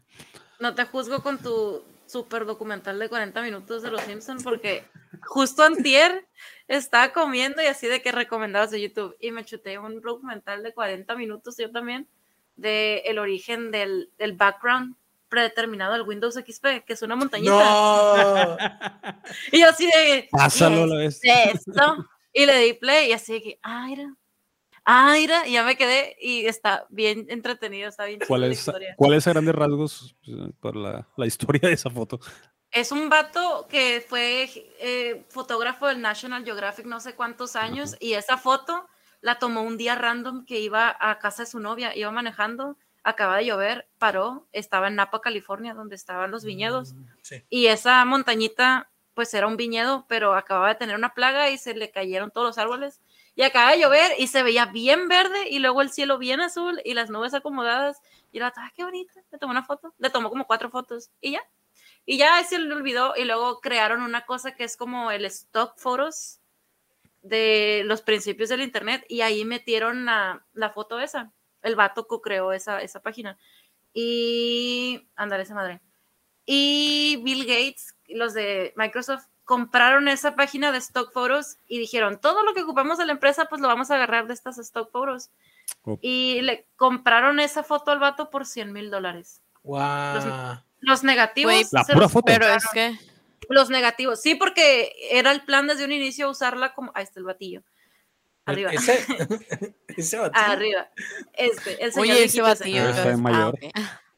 No te juzgo con tu super documental de 40 minutos de Los Simpson porque justo antier estaba comiendo y así de que recomendados de YouTube y me chuté un documental de 40 minutos yo también de el origen del, del background predeterminado del Windows XP que es una montañita [laughs] No. y yo así de Pásalo a "¿Qué la vez. es esto?". y le di play y así de que ah mira ah mira y ya me quedé y está bien entretenido está bien ¿Cuál chida la es, a- historia. ¿Cuál es a grandes rasgos eh, por la, la historia de esa foto? Es un vato que fue eh, fotógrafo del National Geographic no sé cuántos años y esa foto la tomó un día random que iba a casa de su novia, iba manejando, acaba de llover, paró, estaba en Napa, California, donde estaban los viñedos Sí. y esa montañita pues era un viñedo, pero acababa de tener una plaga y se le cayeron todos los árboles y acaba de llover y se veía bien verde y luego el cielo bien azul y las nubes acomodadas y era, ah, qué bonito, le tomó una foto, le tomó como cuatro fotos y ya, y ya se le olvidó y luego crearon una cosa que es como el stock photos de los principios del internet y ahí metieron la, la foto esa, el vato que creó esa, esa página y, andar esa madre y Bill Gates, los de Microsoft, compraron esa página de stock photos y dijeron, todo lo que ocupamos de la empresa, pues lo vamos a agarrar de estas stock photos. Oh. Y le compraron esa foto al vato por 100 mil dólares. Guau. Los negativos. Güey, La se pura los- foto. Pero es que. Los negativos. Sí, porque era el plan desde un inicio usarla como... Ahí está el batillo. Arriba. Ese, ese batillo. [laughs] Arriba. Este, el señor Oye, ese viejito ese. batillo. Ah, acá. está en mayor. ok.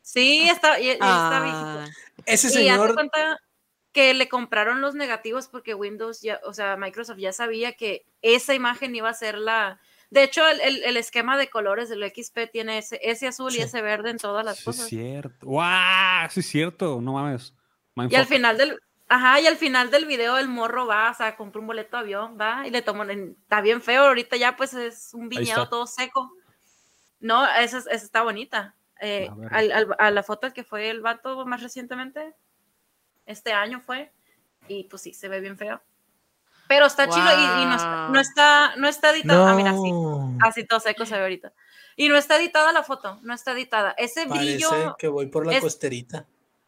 Sí, está, y- y está viejito. Ah, Ese Y hace señor. cuenta que le compraron los negativos porque Windows ya, o sea, Microsoft ya sabía que esa imagen iba a ser la. De hecho, el, el- el esquema de colores del XP tiene ese, ese azul Sí. y ese verde en todas las Sí, es cosas. cierto. ¡Wow! Sí, es cierto. No mames. Y al Mindfuck. final del. Ajá, y al final del video el morro va, o sea, compra un boleto de avión, va y le toman. en- Está bien feo, ahorita ya pues es un viñedo está. todo seco. No, esa, es- esa está bonita. Eh, La verga. al- al- a la foto que fue el vato más recientemente, este año fue, y pues sí, se ve bien feo. Pero está chido y, y no, está, no Guau. está, no está editado. Ah, mira, sí, No, así todo seco se ve ahorita. Y no está editada la foto, no está editada. Ese Parece brillo que voy por la es- costerita.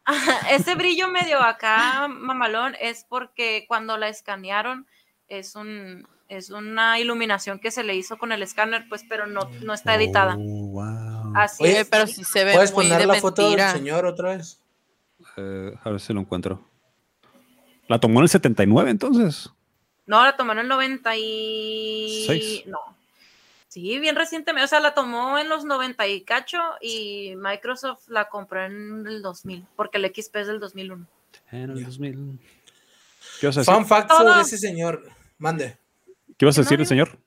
[laughs] Ese brillo medio acá, mamalón, es porque cuando la escanearon es un es una iluminación que se le hizo con el escáner, pues, pero no, no está editada. Ah. Oh, wow. Así Oye, es. pero si se ve ¿Puedes muy de poner la foto del mentira. señor otra vez? Eh, a ver si lo encuentro. ¿La tomó en el 79 entonces? No, la tomaron en el 90 y... Seis. No. Sí, bien recientemente. O sea, la tomó en los 90 y cacho y Microsoft la compró en el 2000, porque el XP es del 2001. En el Ya. 2000. ¿Qué ibas a decir, Fan fact sobre Todo. ese señor. Mande. ¿Qué ibas a No, decir, no. señor?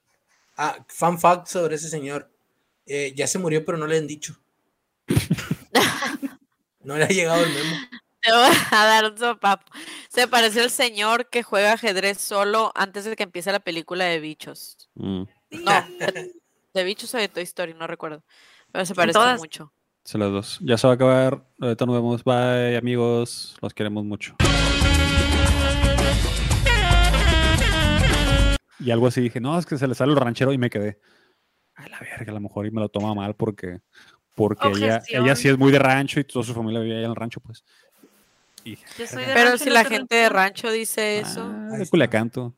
Ah, fan fact sobre ese señor. Eh, ya se murió, pero no le han [laughs] dicho. no le ha llegado el memo. Te voy [laughs] a dar un sopapo. Se parece al señor que juega ajedrez solo antes de que empiece la película de bichos. Mm, Sí. No, de- de bichos o de Toy Story, no recuerdo. Pero se parece todas. mucho. son las dos. Ya se va a acabar. Ahorita nos vemos. Bye, amigos. Los queremos mucho. Y algo así dije, no, es que se le sale el ranchero y me quedé. A la verga, a lo mejor y me lo toma mal porque, porque ella, ella Objeción. sí es muy de rancho y toda su familia vivía allá en el rancho, pues. Y dije, Yo soy de Pero rancho y si no la te gente de rancho. rancho dice eso, "Ah, Ahí de está. Culiacanto.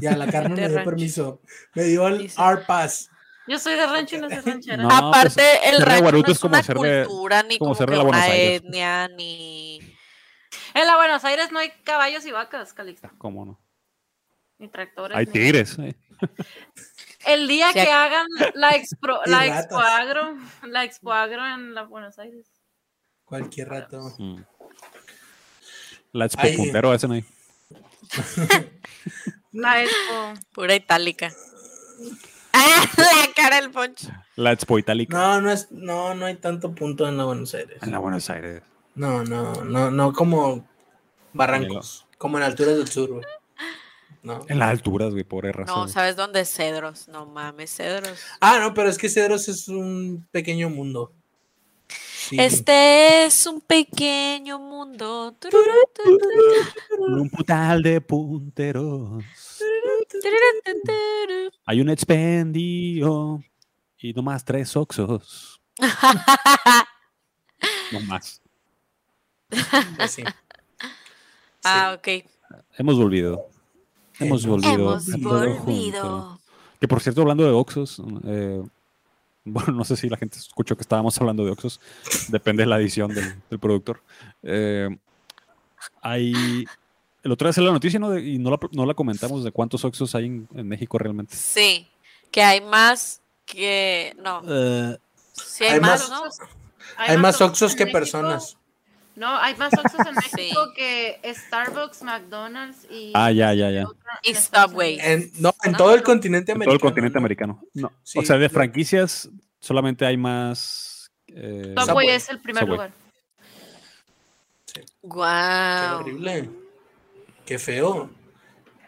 Ya, la carne De me dio rancho. permiso. Me dio el Dice. R-Pass. Yo soy de rancho y no soy [laughs] ranchera. No, pues, aparte el ser de rancho Guaruto no es es como una ser de- cultura ni como como ser de que la Buenos una Aires. etnia ni En la Buenos Aires no hay caballos y vacas, Calixto, Ah, ¿Cómo no? ni tractores. Hay ni- tigres. eh. El día Sí, que hagan la expo, Y la ratas. expoagro, la expoagro en la Buenos Aires. Cualquier rato. Mm. La expo Ay, puntero ese no hay. La expo. pura itálica. [laughs] ¡Ah! La cara del poncho. La expo itálica. No, no es, no, no hay tanto punto en la Buenos Aires. En la Buenos Aires. No, no, no, no como barrancos, como en alturas del sur, güey. No. En las alturas, güey, pobre raza. No, güey. ¿sabes dónde? Cedros. No mames, Cedros. Ah, no, pero es que Cedros es un pequeño mundo. Sí. Este es un pequeño mundo. Tururú, tu, tu, En un putal de punteros. tururú, tu, turú. Hay un expendio y nomás tres [laughs] oxos. No más. Pues sí. Ah, ok. Hemos volvido. Hemos Hemos volvido. Hemos a todo junto. volvido. Que por cierto, hablando de Oxos, eh, bueno, no sé si la gente escuchó que estábamos hablando de Oxos, depende de la edición del, del productor. Eh, hay. El otro día salió la noticia ¿no? De- y no la, no la comentamos de cuántos Oxos hay en, en México realmente. Sí, que hay más que. No, Eh, sí hay, Hay más, más- ¿no? Hay más Oxxos oxos en que México. personas. No, hay más Oxxos en Sí. México que Starbucks, McDonald's y. Ah, ya, ya, ya. otra Y en Estados Subway. Unidos. Eh, En- no, en todo el continente En americano. todo el continente ¿no? americano. No. Sí, o sea, de no. franquicias solamente hay más. eh, Subway Subway. es el primer Subway. lugar. Qué Guau. horrible. Qué feo.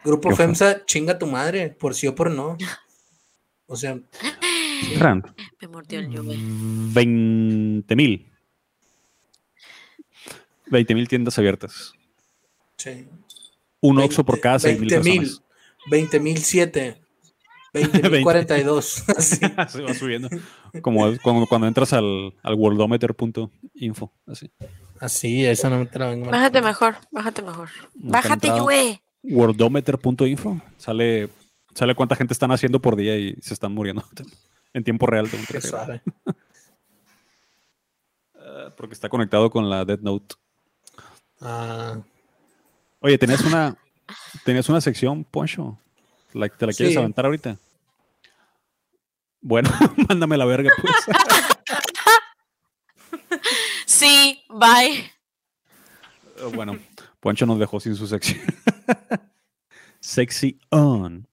Grupo Qué feo. FEMSA, chinga tu madre, por sí o por no. O sea, Rand, Me mordió el Mm. yume. 20 mil. 20 mil tiendas abiertas. sí. Un Veinte- Oxxo por cada 6 mil veinte mil, personas. 20.007, [laughs] 20.042. [laughs] así. se va subiendo. Como es cuando, cuando entras al, al worldometer.info. Así. Así, esa no te la vengo mal. Bájate mejor, bájate mejor. Nunca he bájate, entrado. Yue. Worldometer.info. Sale, sale cuánta gente están haciendo por día y se están muriendo [laughs] en tiempo real. tengo que Qué agregar. suave. Ah, Porque está conectado con la Dead Note. Ah, Oye, tenías una, tenías una sección, Poncho. La, ¿Te la quieres Sí. aventar ahorita? Bueno, [laughs] mándame la verga, [laughs] pues. Sí, bye. Eh, Bueno, Poncho nos dejó sin su sección. [laughs] Sexy on.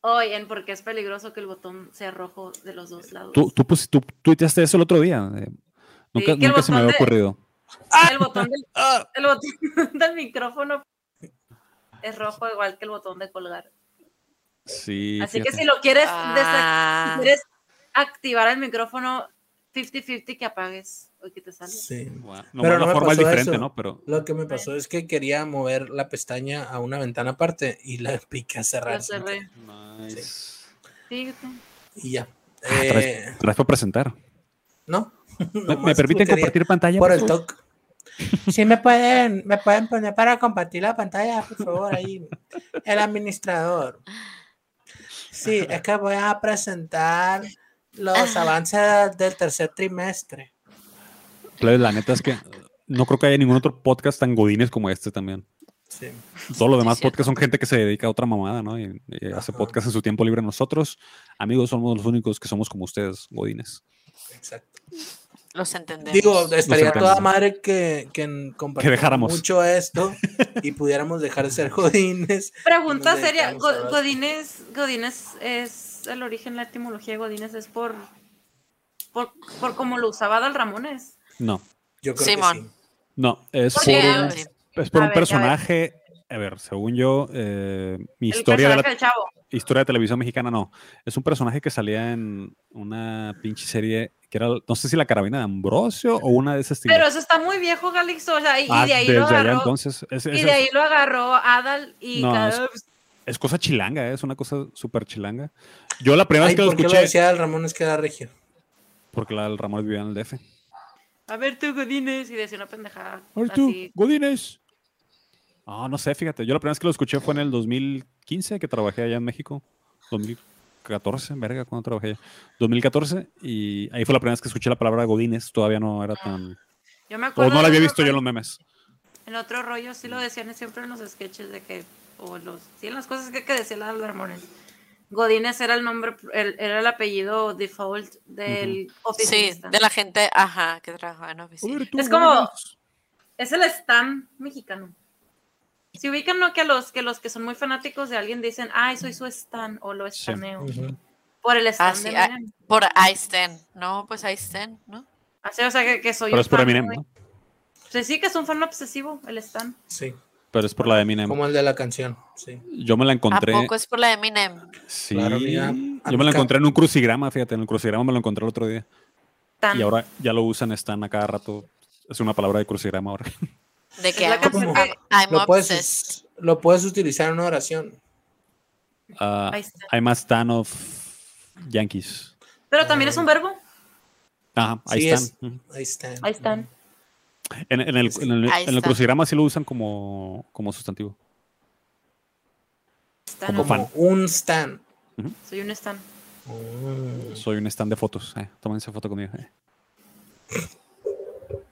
Hoy, en porque es peligroso que el botón sea rojo de los dos lados. Tú, tú, pus- tú tuiteaste eso el otro día. eh, Nunca, que el nunca se me botón había de- ocurrido. Ah. El botón del, el botón [laughs] del micrófono es rojo igual que el botón de colgar. Sí. Así que fíjate. si lo quieres, desactivar Ah, Si quieres activar el micrófono 50-50 que apagues o que te salga. sí. Guau, no, Pero la no me forma es pasó diferente, eso. ¿no? Pero Lo que me pasó es que quería mover la pestaña a una ventana aparte y la [laughs] piqué a cerrar. Lo cerré. nice. Ah, Fíjate. Y ya. traes- Eh, Traes para presentar. no. [laughs] ¿Me, nomás me permiten quería- compartir pantalla? Por por el favor? toque. pues, [laughs] Sí, me pueden, me pueden poner para compartir la pantalla, por favor, ahí. El administrador. Sí, es que voy a presentar los avances del tercer trimestre. Claro, la neta es que eh, no creo que haya ningún otro podcast tan godines como este también. Sí. Todos los Sí, pues, demás cierto. podcasts son gente que se dedica a otra mamada, ¿no? Y, y hace Ajá. podcast en su tiempo libre. Nosotros, amigos, somos los únicos que somos como ustedes, godines. Exacto. Los entendemos. Digo, estaría entendemos. toda madre que, que dejáramos. mucho esto y pudiéramos dejar de ser jodines. Pregunta Nos seria, dedicamos a Go- los- Godínez, Godínez es el origen, la etimología de Godínez es por, por, por cómo lo usaba Dal Ramones. No, Yo creo que sí. Simón. no, es ¿Por por un, qué? A ver, es por a un ver. personaje. A ver, según yo, eh, mi El historia de la personaje del chavo. historia de televisión mexicana, no. Es un personaje que salía en una pinche serie que era, no sé si la carabina de Ambrosio o una de esas Pero eso está muy viejo, Calixto. O sea, y, y Ah, de ahí desde lo allá agarró. entonces. Es, es- Y de ahí lo agarró Adal y No, cada es- vez- es cosa chilanga, eh, es una cosa súper chilanga. Yo la primera Ay, vez que lo ¿Por qué lo escuché, decía el Ramón es que era regio? porque la del Ramón vivía en el DF. a ver tú, Godínez, y decía una pendejada. Ay, tú, Así. Godínez. Ah, no sé, fíjate. Yo la primera vez que lo escuché fue en el 2015, que trabajé allá en México. 2014, verga, cuando trabajé allá. 2014, y ahí fue la primera vez que escuché la palabra Godínez. Todavía no era tan. Yo me O acuerdo. no la de había otro visto yo en rollo- los memes. En otro rollo sí lo decían siempre en los sketches de que. O los. Sí, en las cosas que, que decía la Adal Ramones. Godínez era el nombre, el- era el apellido default del Sí, oficinista. de la gente, ajá, que trabajaba en oficina. Es como- Godínez. Es el stan mexicano. Si ubican ¿no? que los que los que son muy fanáticos de alguien dicen, ay, soy su stan o lo estaneo. Por el stan sí, de ah, Eminem. Por ahí estén, no, pues ahí estén, ¿no? Así, o sea, que, que soy Pero un es por fan Eminem, muy- ¿no? Sí, sí, que es un fan obsesivo, el stan. Sí, Pero es por la de Eminem. como el de la canción. Sí. Yo me la encontré. ¿A poco es por la de Eminem? Sí. Claro, mira, yo me la acá. encontré en un crucigrama, fíjate, en el crucigrama me lo encontré el otro día. Tan. Y ahora ya lo usan, están a cada rato. Es una palabra de crucigrama ahora. De que la I'm- canción que- I'm Lo obsessed. puedes, lo puedes utilizar en una oración. Ah, Ahí está. I'm a stan of Yankees. Pero también es un verbo. Ajá, ahí Sí, están. es- Ujú. Ahí está. Ahí están. En, en el, en el- Ahí en el está. crucigrama sí lo usan como, como sustantivo. Stan, Como Como fan. un stan. Soy un stan. Soy un stand de fotos. Eh, tómense foto conmigo. eh.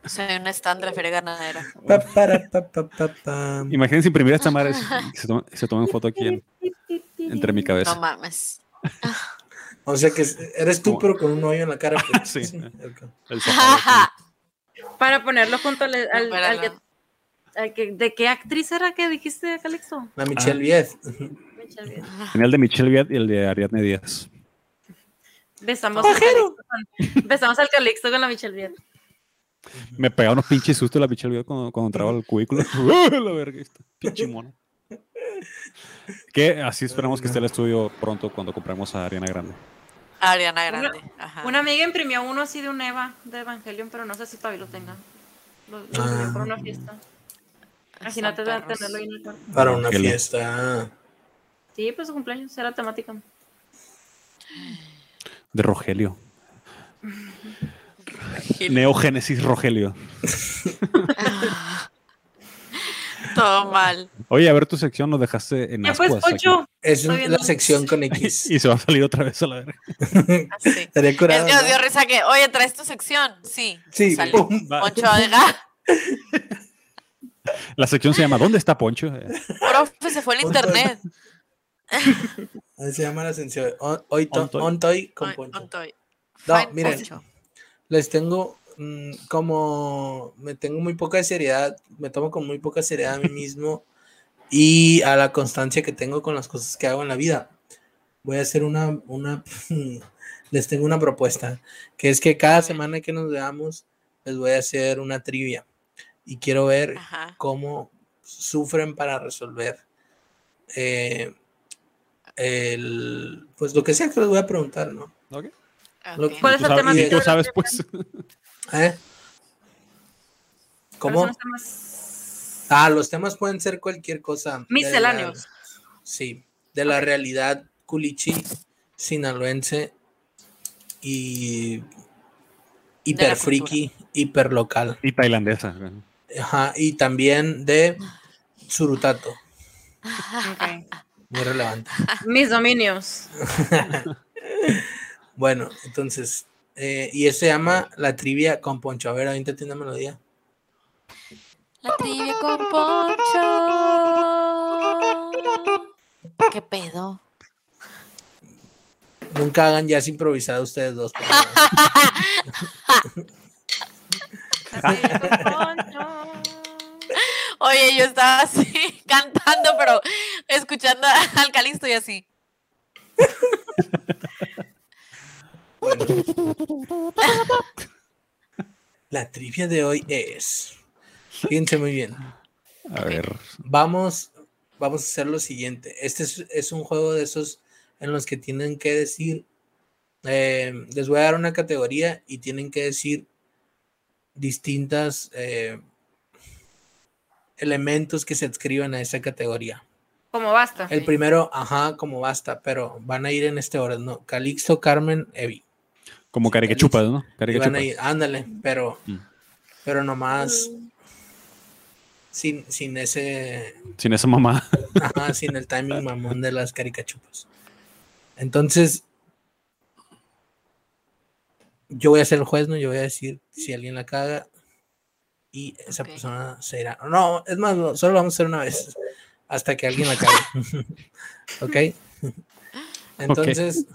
Soy un stand de la feria ganadera. Pa, para, pa, pa, pa, pam. Imagínense imprimir esta [laughs] madre y se tomen, se tomen foto aquí en- entre mi cabeza. No mames. O sea que es- eres tú, Como- pero con un hoyo en [laughs] la cara. pues. Sí. ok. El [laughs] sofá Para ponerlo junto al, al- No, para al que, nada. al que- ¿De qué actriz era que dijiste, Calixto? La Ah. Michelle Viet. Michelle Viet. de- tenía el de Michelle Viet y el de Ariadne Díaz. Besamos, al Calixto, con- besamos al Calixto con la Michelle Viet. Me pegaba unos pinches sustos la Michelle Viet cuando, cuando entraba al cubículo. [laughs] la verga, esta pinche mono. Que así esperamos que esté el estudio pronto cuando compremos a Ariana Grande. Ariana Grande. Ajá. Una amiga imprimió uno así de un Eva de Evangelion, pero no sé si todavía lo tenga. Lo, lo Ah. imprimió para una fiesta. Imagínate de perros. tenerlo ahí en el cuarto. Para una Ángela. fiesta. Sí, pues su cumpleaños era temática. De Rogelio. Gil. Neogénesis Rogelio. Todo mal. Oye, a ver tu sección, nos dejaste en Ya pues, ascuas aquí. Pocho. Es Estoy un- viendo- la sección [laughs] con X. Y se va a salir otra vez a la verga. Así. Estaría Es curado. que nos ¿no? dio risa que, oye, ¿traes tu sección? Sí. Sí, Sale. pum. Va. Poncho ah, Adega. La sección se llama ¿Dónde está Poncho? Eh, Profe, se fue el Poncho internet. Ahí se llama la sección. On- Hoy to- Ontoy. Ontoy [laughs] con Oy, Poncho. ontoy. No, Fine, miren. Poncho. les tengo mm, como me tengo muy poca seriedad, me tomo con muy poca seriedad a mí mismo y a la constancia que tengo con las cosas que hago en la vida. Voy a hacer una, una, [laughs] les tengo una propuesta, que es que cada semana que nos veamos, les voy a hacer una trivia y quiero ver Ajá. cómo sufren para resolver eh, el, pues lo que sea que les voy a preguntar, ¿no? ¿ok? Lo- ok. ¿Cuál es Tú el sabes- tema y de tú la sabes, sección? pues. ¿Eh? ¿Cuáles son ¿Cómo? los temas? Ah, los temas pueden ser cualquier cosa. de la- Misceláneos. sí, de la realidad culichi, sinaloense y hiper cultura. friki, hiper local. Y tailandesa. ajá, y también de Surutato. [laughs] Ok. Muy relevante. [laughs] Mis dominios. Bueno, entonces, eh, y ese se llama La Trivia con Poncho. A ver, ahorita tiene una melodía. La trivia con Poncho. ¿Qué pedo? Nunca hagan jazz improvisado ustedes dos. por favor. Así con Poncho. Oye, yo estaba así [laughs] cantando, pero escuchando a- al Calixto y así. La trivia de hoy es. Fíjense muy bien. A ver. Vamos, vamos a hacer lo siguiente. Este es, es un juego de esos en los que tienen que decir. eh, les voy a dar una categoría y tienen que decir distintas eh, elementos que se adscriban a esa categoría. Como basta. El primero, ajá, como basta, pero van a ir en este orden, ¿no? Calixto, Carmen, Evi. Como caricachupas, ¿no? Y van a Caricachupas. ir, ándale, pero, Mm. pero nomás sin, sin ese, Sin esa mamá. ajá, sin el timing mamón de las caricachupas. Entonces, yo voy a ser el juez, ¿no? Yo voy a decir si alguien la caga y esa Ok. persona se irá. No, es más, no, solo lo vamos a hacer una vez hasta que alguien la cague. [laughs] ¿Ok? Entonces,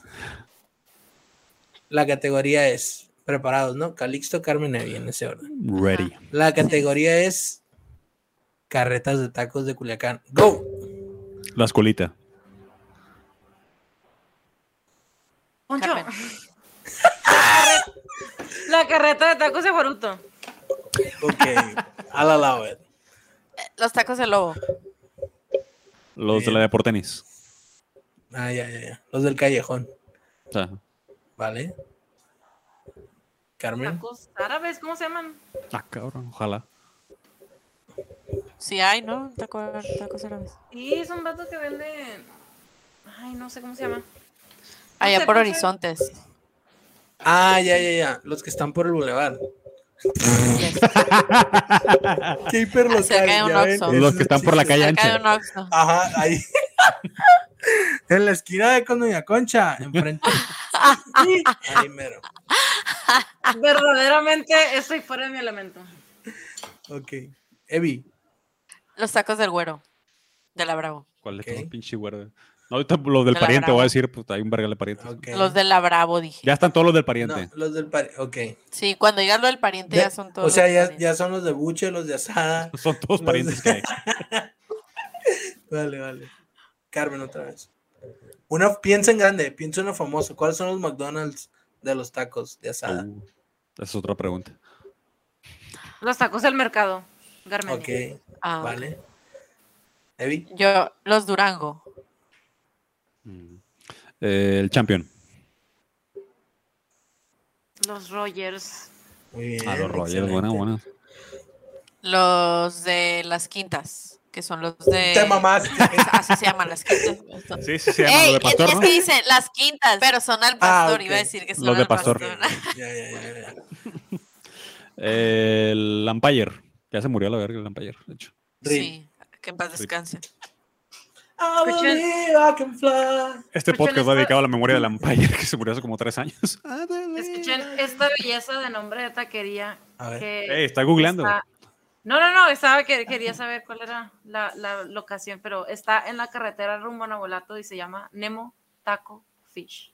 la categoría es preparados, ¿no? Calixto, Carmen, Evi, en ese orden. Ready. La categoría es carretas de tacos de Culiacán. ¡Go! La escuelita. Poncho. Carmen. [laughs] La carreta de tacos de Boruto. Ok, eh. I'll allow it. Los tacos de lobo. Los de la de por tenis. Ah, ya, ya, ya. Los del callejón, O sea, ¿vale? Carmen, Tacos árabes, ¿cómo se llaman? ah, cabrón, ojalá. Sí hay, ¿no? Taco- tacos árabes. Sí, son vatos que venden. Ay, no sé cómo se llama. Allá por Poncho. horizontes. Ah, ya, ya, ya. Los que están por el bulevar. Yes. Qué hiperlocales, Cerca de un ya ven, Oxxo. esos Los que están por la chistes. calle Cerca de ancha. un Oxxo. Ajá, ahí. [laughs] en la esquina de con Doña Concha, [laughs] enfrente. ahí mero. [laughs] Verdaderamente estoy fuera de mi elemento. Ok. Evi, Los tacos del güero. De la Bravo. ¿Cuál es Ok. el pinche güero? No, ahorita los del De la pariente, voy a brava. decir, puta, hay un verga de pariente. ok. Los de la Bravo, dije. Ya están todos los del No, pariente. los del pari. Ok. Sí, cuando digas lo del pariente De- ya son todos. o sea, los ya, parientes. ya son los de buche, los de asada. Son todos Los- parientes que hay. Vale, vale. Carmen, otra vez. Una, piensa en grande, piensa en lo famoso. ¿Cuáles son los McDonald's de los tacos de asada? Uh, esa es otra pregunta. Los tacos del mercado. Garmendia. ok, Ah, ok. vale. Evi, Yo, los Durango. Mm. Eh, el champion. Los Rogers. muy bien. A los Rogers, Ah, excelente. buena, buena. Los de las quintas. Que son los de. Te [laughs] mamaste. Es- Así se llaman las quintas. [laughs] Sí, sí, se Ey, llama lo de es- pastor, es ¿no? que dicen las quintas, pero son al pastor. Iba a Ah, ok. decir que son Los de al pastor. Ya, ya, ya, ya. El Lampayer. Ya se murió a la verga el Lampayer, de hecho. Rin. Sí, que en paz Rin. descanse. I Escuchen. believe Ah, I can fly. Este Escuchen podcast va esta- dedicado a la memoria del Lampayer, [laughs] que se murió hace como tres años. Escuchen esta belleza de nombre de taquería. A ver. que Ey, está googleando. está- No, no, no, estaba que quería saber cuál era la, la locación, pero está en la carretera rumbo a Navolato y se llama Nemo Taco Fish.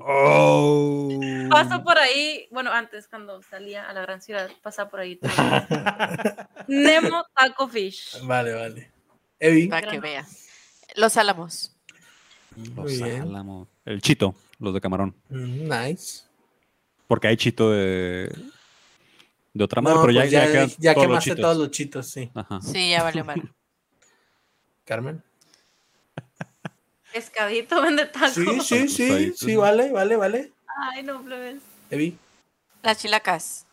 Oh. Paso por ahí, bueno, antes cuando salía a la gran ciudad, pasaba por [laughs] ahí. todo el día. Nemo Taco Fish. Vale, vale. Evi, Para que vea. Los álamos. muy Los bien. Álamos. El Chito, los de Camarón. Mm, Nice. Porque hay Chito de. De otra madre, No, pero ya, pues ya, ya, quedan ya todos los quemaste chitos. todos los chitos, sí. Ajá. Sí, ya valió mal. [laughs] Carmen. Pescadito vende tacos. Sí, sí, sí, Pescaditos, sí, ¿no? vale, vale, vale. Ay, no, plebes. Evi. Las chilacas.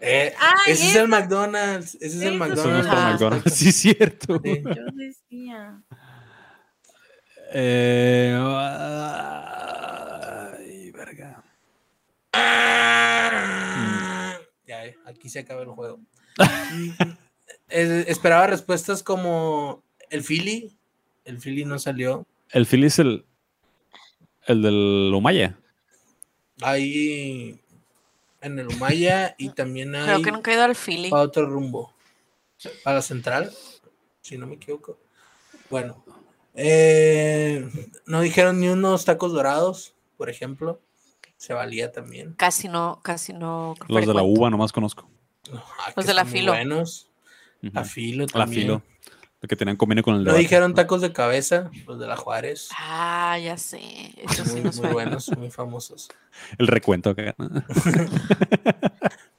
Eh, Ay, ese es el McDonald's. Ese es el Sí, pues, Son los McDonald's. por Ah. McDonald's. Sí, cierto. [laughs] Sí. Yo decía. Eh, ay, verga. Ah, Ya, eh, aquí se acaba el juego. Eh, esperaba respuestas como el Philly. El Philly no salió. El Philly es el, el del Umaya. Hay en el Humaya y también hay Creo que nunca he ido al Philly. para otro rumbo. Para la central, si no me equivoco. Bueno, eh, no dijeron ni unos tacos dorados, por ejemplo. Se valía también. Casi no, casi no. Los de la frecuento. uva nomás conozco. Ah, Los que de la están muy Filo. Buenos. Ujú. La filo La también. filo. El que tenían convenio con el No debate. dijeron tacos de cabeza, los de la Juárez. Ah, ya sé. Eso sí Muy, nos muy fue. buenos, muy famosos. El recuento acá. ¿no?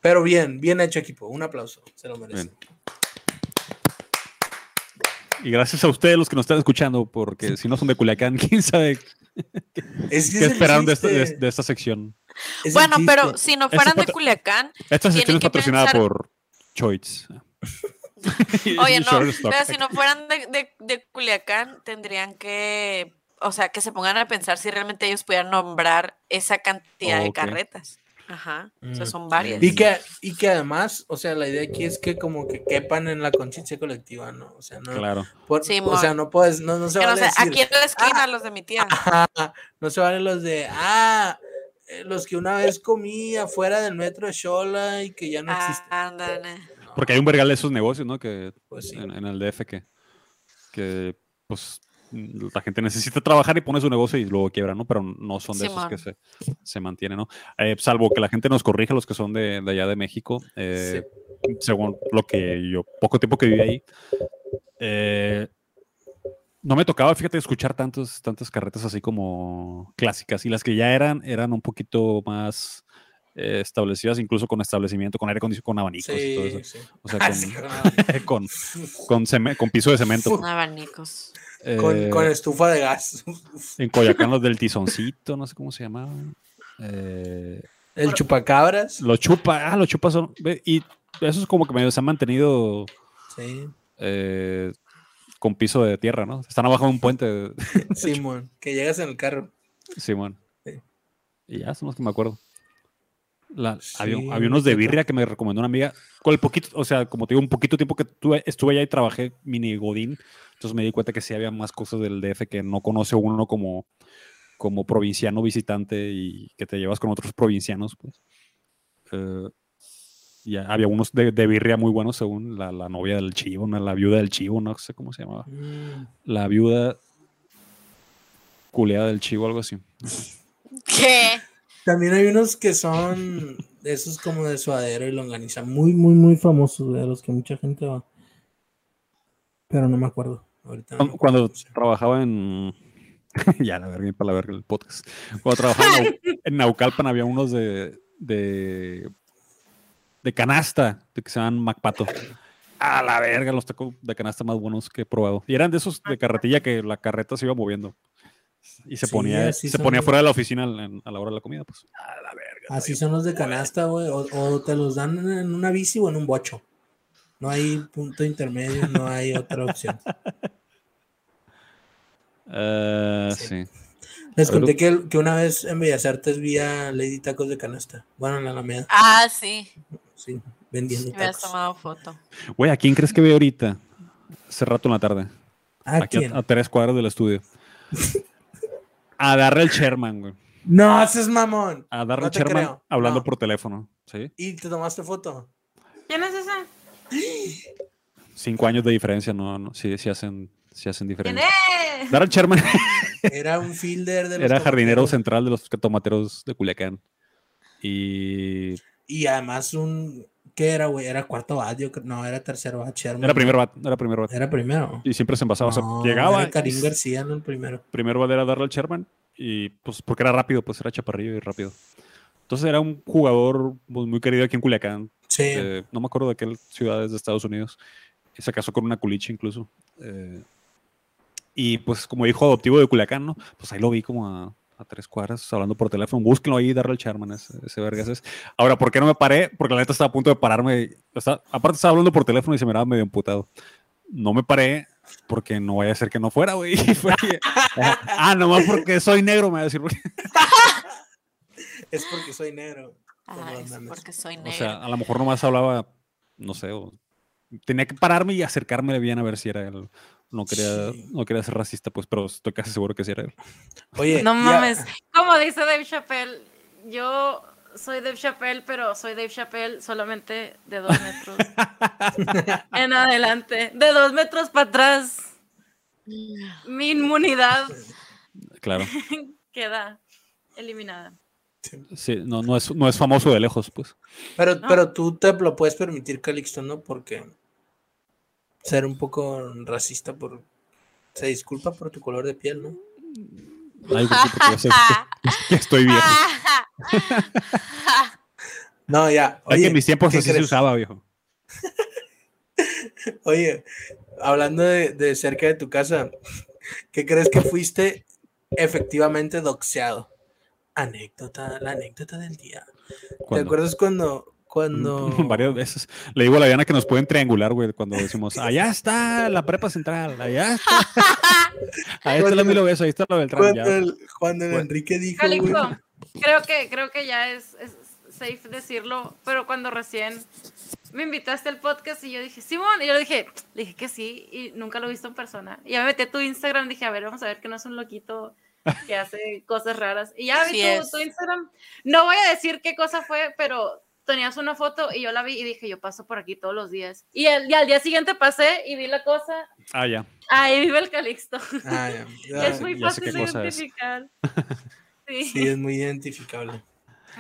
Pero bien, bien hecho equipo. Un aplauso, se lo merecen. Y gracias a ustedes los que nos están escuchando, porque si no son de Culiacán, [laughs] quién sabe Es qué que es el esperaron de este, esta, chiste, de- de esta sección. es el Bueno, pero chiste. si no Ese fueran de patro- Culiacán, [laughs] Esta sección Tienen es que patrocinada pensar- por [laughs] Choice. [laughs] Oye, no, Shutterstock. pero si no fueran de, de- de Culiacán, tendrían que, o sea, que se pongan a pensar si realmente ellos pudieran nombrar esa cantidad Oh, de ok. carretas. Ajá, o sea, Mm. son varias. Y que, y que además, o sea, la idea aquí es que como que quepan en la conciencia colectiva, ¿no? O sea, no, Claro. por- Sí, o sea, mon. no puedes, no, no se Que no vale sé, decir, aquí en la esquina los de mi tía. "Ah", no se valen los de, ah, eh, los que una vez comí afuera del metro de Xola y que ya no existen. Ah, ándale. Porque hay un vergal de esos negocios, ¿no? Que Pues sí. en, en el DF que, que, pues la gente [laughs] necesita trabajar y pone su negocio y luego quiebra, ¿no? Pero no son de esos que se, se mantienen, ¿no? Eh, salvo que la gente nos corrija, los que son de, de allá de México, eh, según lo que yo, poco tiempo que viví ahí, eh, no me tocaba, fíjate, escuchar tantos, tantas carretas así como clásicas y las que ya eran, eran un poquito más eh, establecidas, incluso con establecimiento, con aire acondicionado, con abanicos y todo eso. Sí, sí. O sea, [laughs] Ah, sí, con, con- [laughs] con, con, ceme- con piso de cemento. Son abanicos. con, Eh, con estufa de gas. En Coyacán los del tizoncito, no sé cómo se llamaban. Eh, El chupacabras. los chupa, ah, los chupas son. ve, Y eso es como que medio se han mantenido Sí, eh, con piso de tierra, ¿no? Están abajo de un puente, Simón, que llegas en el carro. Simón. Sí. Y ya son los que me acuerdo. La- había, Sí, había unos de yo creo- birria que me recomendó una amiga. Con el poquito, o sea, como te digo, un poquito tiempo que tuve- estuve allá y trabajé mini Godín. Entonces me di cuenta que sí había más cosas del DF que no conoce uno como, como provinciano visitante y que te llevas con otros provincianos. Pues. Eh, y a- había unos de, de birria muy buenos, según la, la novia del chivo, ¿no? la viuda del chivo, no sé cómo se llamaba. Mm. La viuda culeada del chivo, algo así. ¿Qué? También hay unos que son de esos como de suadero y longaniza, muy, muy, muy famosos, de los que mucha gente va. Pero no me acuerdo. Ahorita no me Cuando, acuerdo cuando cómo se llama. trabajaba en. [laughs] ya, la verga, para la verga el podcast. Cuando trabajaba en, Nau- en Naucalpan había unos de. de, de canasta, de que se llaman Macpato. A la verga, los tacos de canasta más buenos que he probado. Y eran de esos de carretilla que la carreta se iba moviendo. Y se Sí, ponía, así se son ponía los- Ah, fuera de la oficina en- en- a la hora de la comida, pues. A la verga. Así son los de canasta, güey. O, o te los dan en- en una bici o en un bocho. No hay punto intermedio, no hay otra opción. Eh, Sí. sí. Les A ver, conté que, que una vez en Bellas Artes vi a Lady Tacos de Canasta. Bueno, en la Alameda, Ah, sí, sí, vendiendo me has tacos. tomado foto. Güey, ¿a quién crees que ve ahorita? Hace rato en la tarde. ¿A aquí quién? a, a tres cuadras del estudio. A Darrell Sherman, güey. No, haces mamón. A Darrell No te Sherman creo. hablando No. por teléfono. ¿sí? ¿Y te tomaste foto? ¿Quién es esa? Cinco años de diferencia, no, no, sí, sí hacen, sí hacen ¿Quién diferencia. es? Darrell [laughs] Sherman Era un fielder de los era jardinero tomateros. central de los tomateros de Culiacán. Y Y además un... ¿Qué era, güey? Era cuarto bat, yo creo- No, era tercer bat, Sherman. era primer bat, era primer bat. Era primero. Y siempre se envasaba. o sea, No, llegaba. Era y Karim s- García, no el primero. primer bat era Darrell Sherman. Y pues porque era rápido, pues era chaparrillo y rápido. Entonces era un jugador pues, muy querido aquí en Culiacán. Sí. eh, no me acuerdo de qué ciudades de Estados Unidos. y Se casó con una culicha incluso. eh, y pues como hijo adoptivo de Culiacán, ¿no? Pues ahí lo vi como a, a tres cuadras hablando por teléfono. Búsquenlo ahí, darle al Charman, ese, ese vergas es. Ahora, ¿por qué no me paré? Porque la neta estaba a punto de pararme. está- aparte estaba hablando por teléfono y se me miraba medio emputado. No me paré porque no vaya a ser que no fuera, güey. [laughs] Y fue que, ah, nomás porque soy negro, me va a decir. güey. Es porque soy negro. Como Ah, los es memes. porque soy O negra. [laughs] sea, a lo mejor nomás hablaba no sé, o- tenía que pararme y acercarme bien a ver si era él. No quería, Sí. no quería ser racista, pues, pero estoy casi seguro que sí era él. Oye, No ya- mames. Como dice Dave Chappelle, yo soy Dave Chappelle, pero soy Dave Chappelle solamente de dos [laughs] metros en adelante. De dos metros para atrás. Mi inmunidad Claro. queda eliminada. Sí, no, no, es, no es famoso de lejos, pues. Pero, No. pero tú te lo puedes permitir, Calixto, ¿no? Porque ser un poco racista por... Se disculpa por tu color de piel, ¿no? Ay, güey, porque [laughs] yo sé que- que estoy viejo. No, ya. Es que en mis tiempos ¿qué así se crees? usaba, viejo. Oye, hablando de, de cerca de tu casa, ¿qué crees que fuiste efectivamente doxeado? Anécdota, la anécdota del día. ¿Te Cuando- [laughs] acuerdas cuando... cuando... Varias veces. Le digo a la Diana que nos pueden triangular, güey, cuando decimos, allá está la prepa central, allá [laughs] está. Ahí está la Cuando- Milo Beso, ahí está la Beltrán. [laughs] Cuando ya. el, cuando el Bueno. Enrique dijo... güey, Calixto, creo que, creo que ya es, es safe decirlo, pero cuando recién me invitaste al podcast y yo dije, Simón, y yo le dije, le dije que sí, y nunca lo he visto en persona. Y ya me metí a tu Instagram, dije, a ver, vamos a ver que no es un loquito que [laughs] hace cosas raras. Y ya vi Así tu- es. tu Instagram. No voy a decir qué cosa fue, pero tenías una foto y yo la vi y dije, yo paso por aquí todos los días. Y, el- y al día siguiente pasé y vi la cosa. Ah, ya. Ahí vive el Calixto. ah, ya, ya, es muy ya sé fácil qué de cosa es. [laughs] identificar. Sí. Sí, es muy identificable.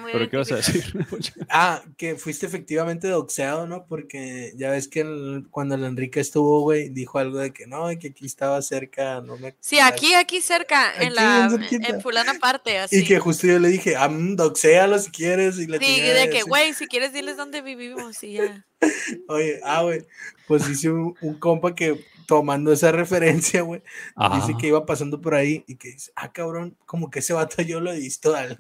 Muy ¿Pero qué vas a identificable. decir? Ah, que fuiste efectivamente doxeado, ¿no? Porque ya ves que el- cuando el Enrique estuvo, güey, dijo algo de que no, que aquí estaba cerca, no me... Sí, aquí, aquí cerca, en Aquí, la, bien cerquita. en fulana parte, así. Y que justo yo le dije, ah, mm, doxéalo si quieres, y le Sí, tiré de que, así. güey, si quieres diles dónde vivimos y ya. Oye, ah, güey, pues hice un, un compa que tomando esa [laughs] referencia, güey, Ajá. dice que iba pasando por ahí y que dice, ah, cabrón, como que ese vato yo lo he visto, al-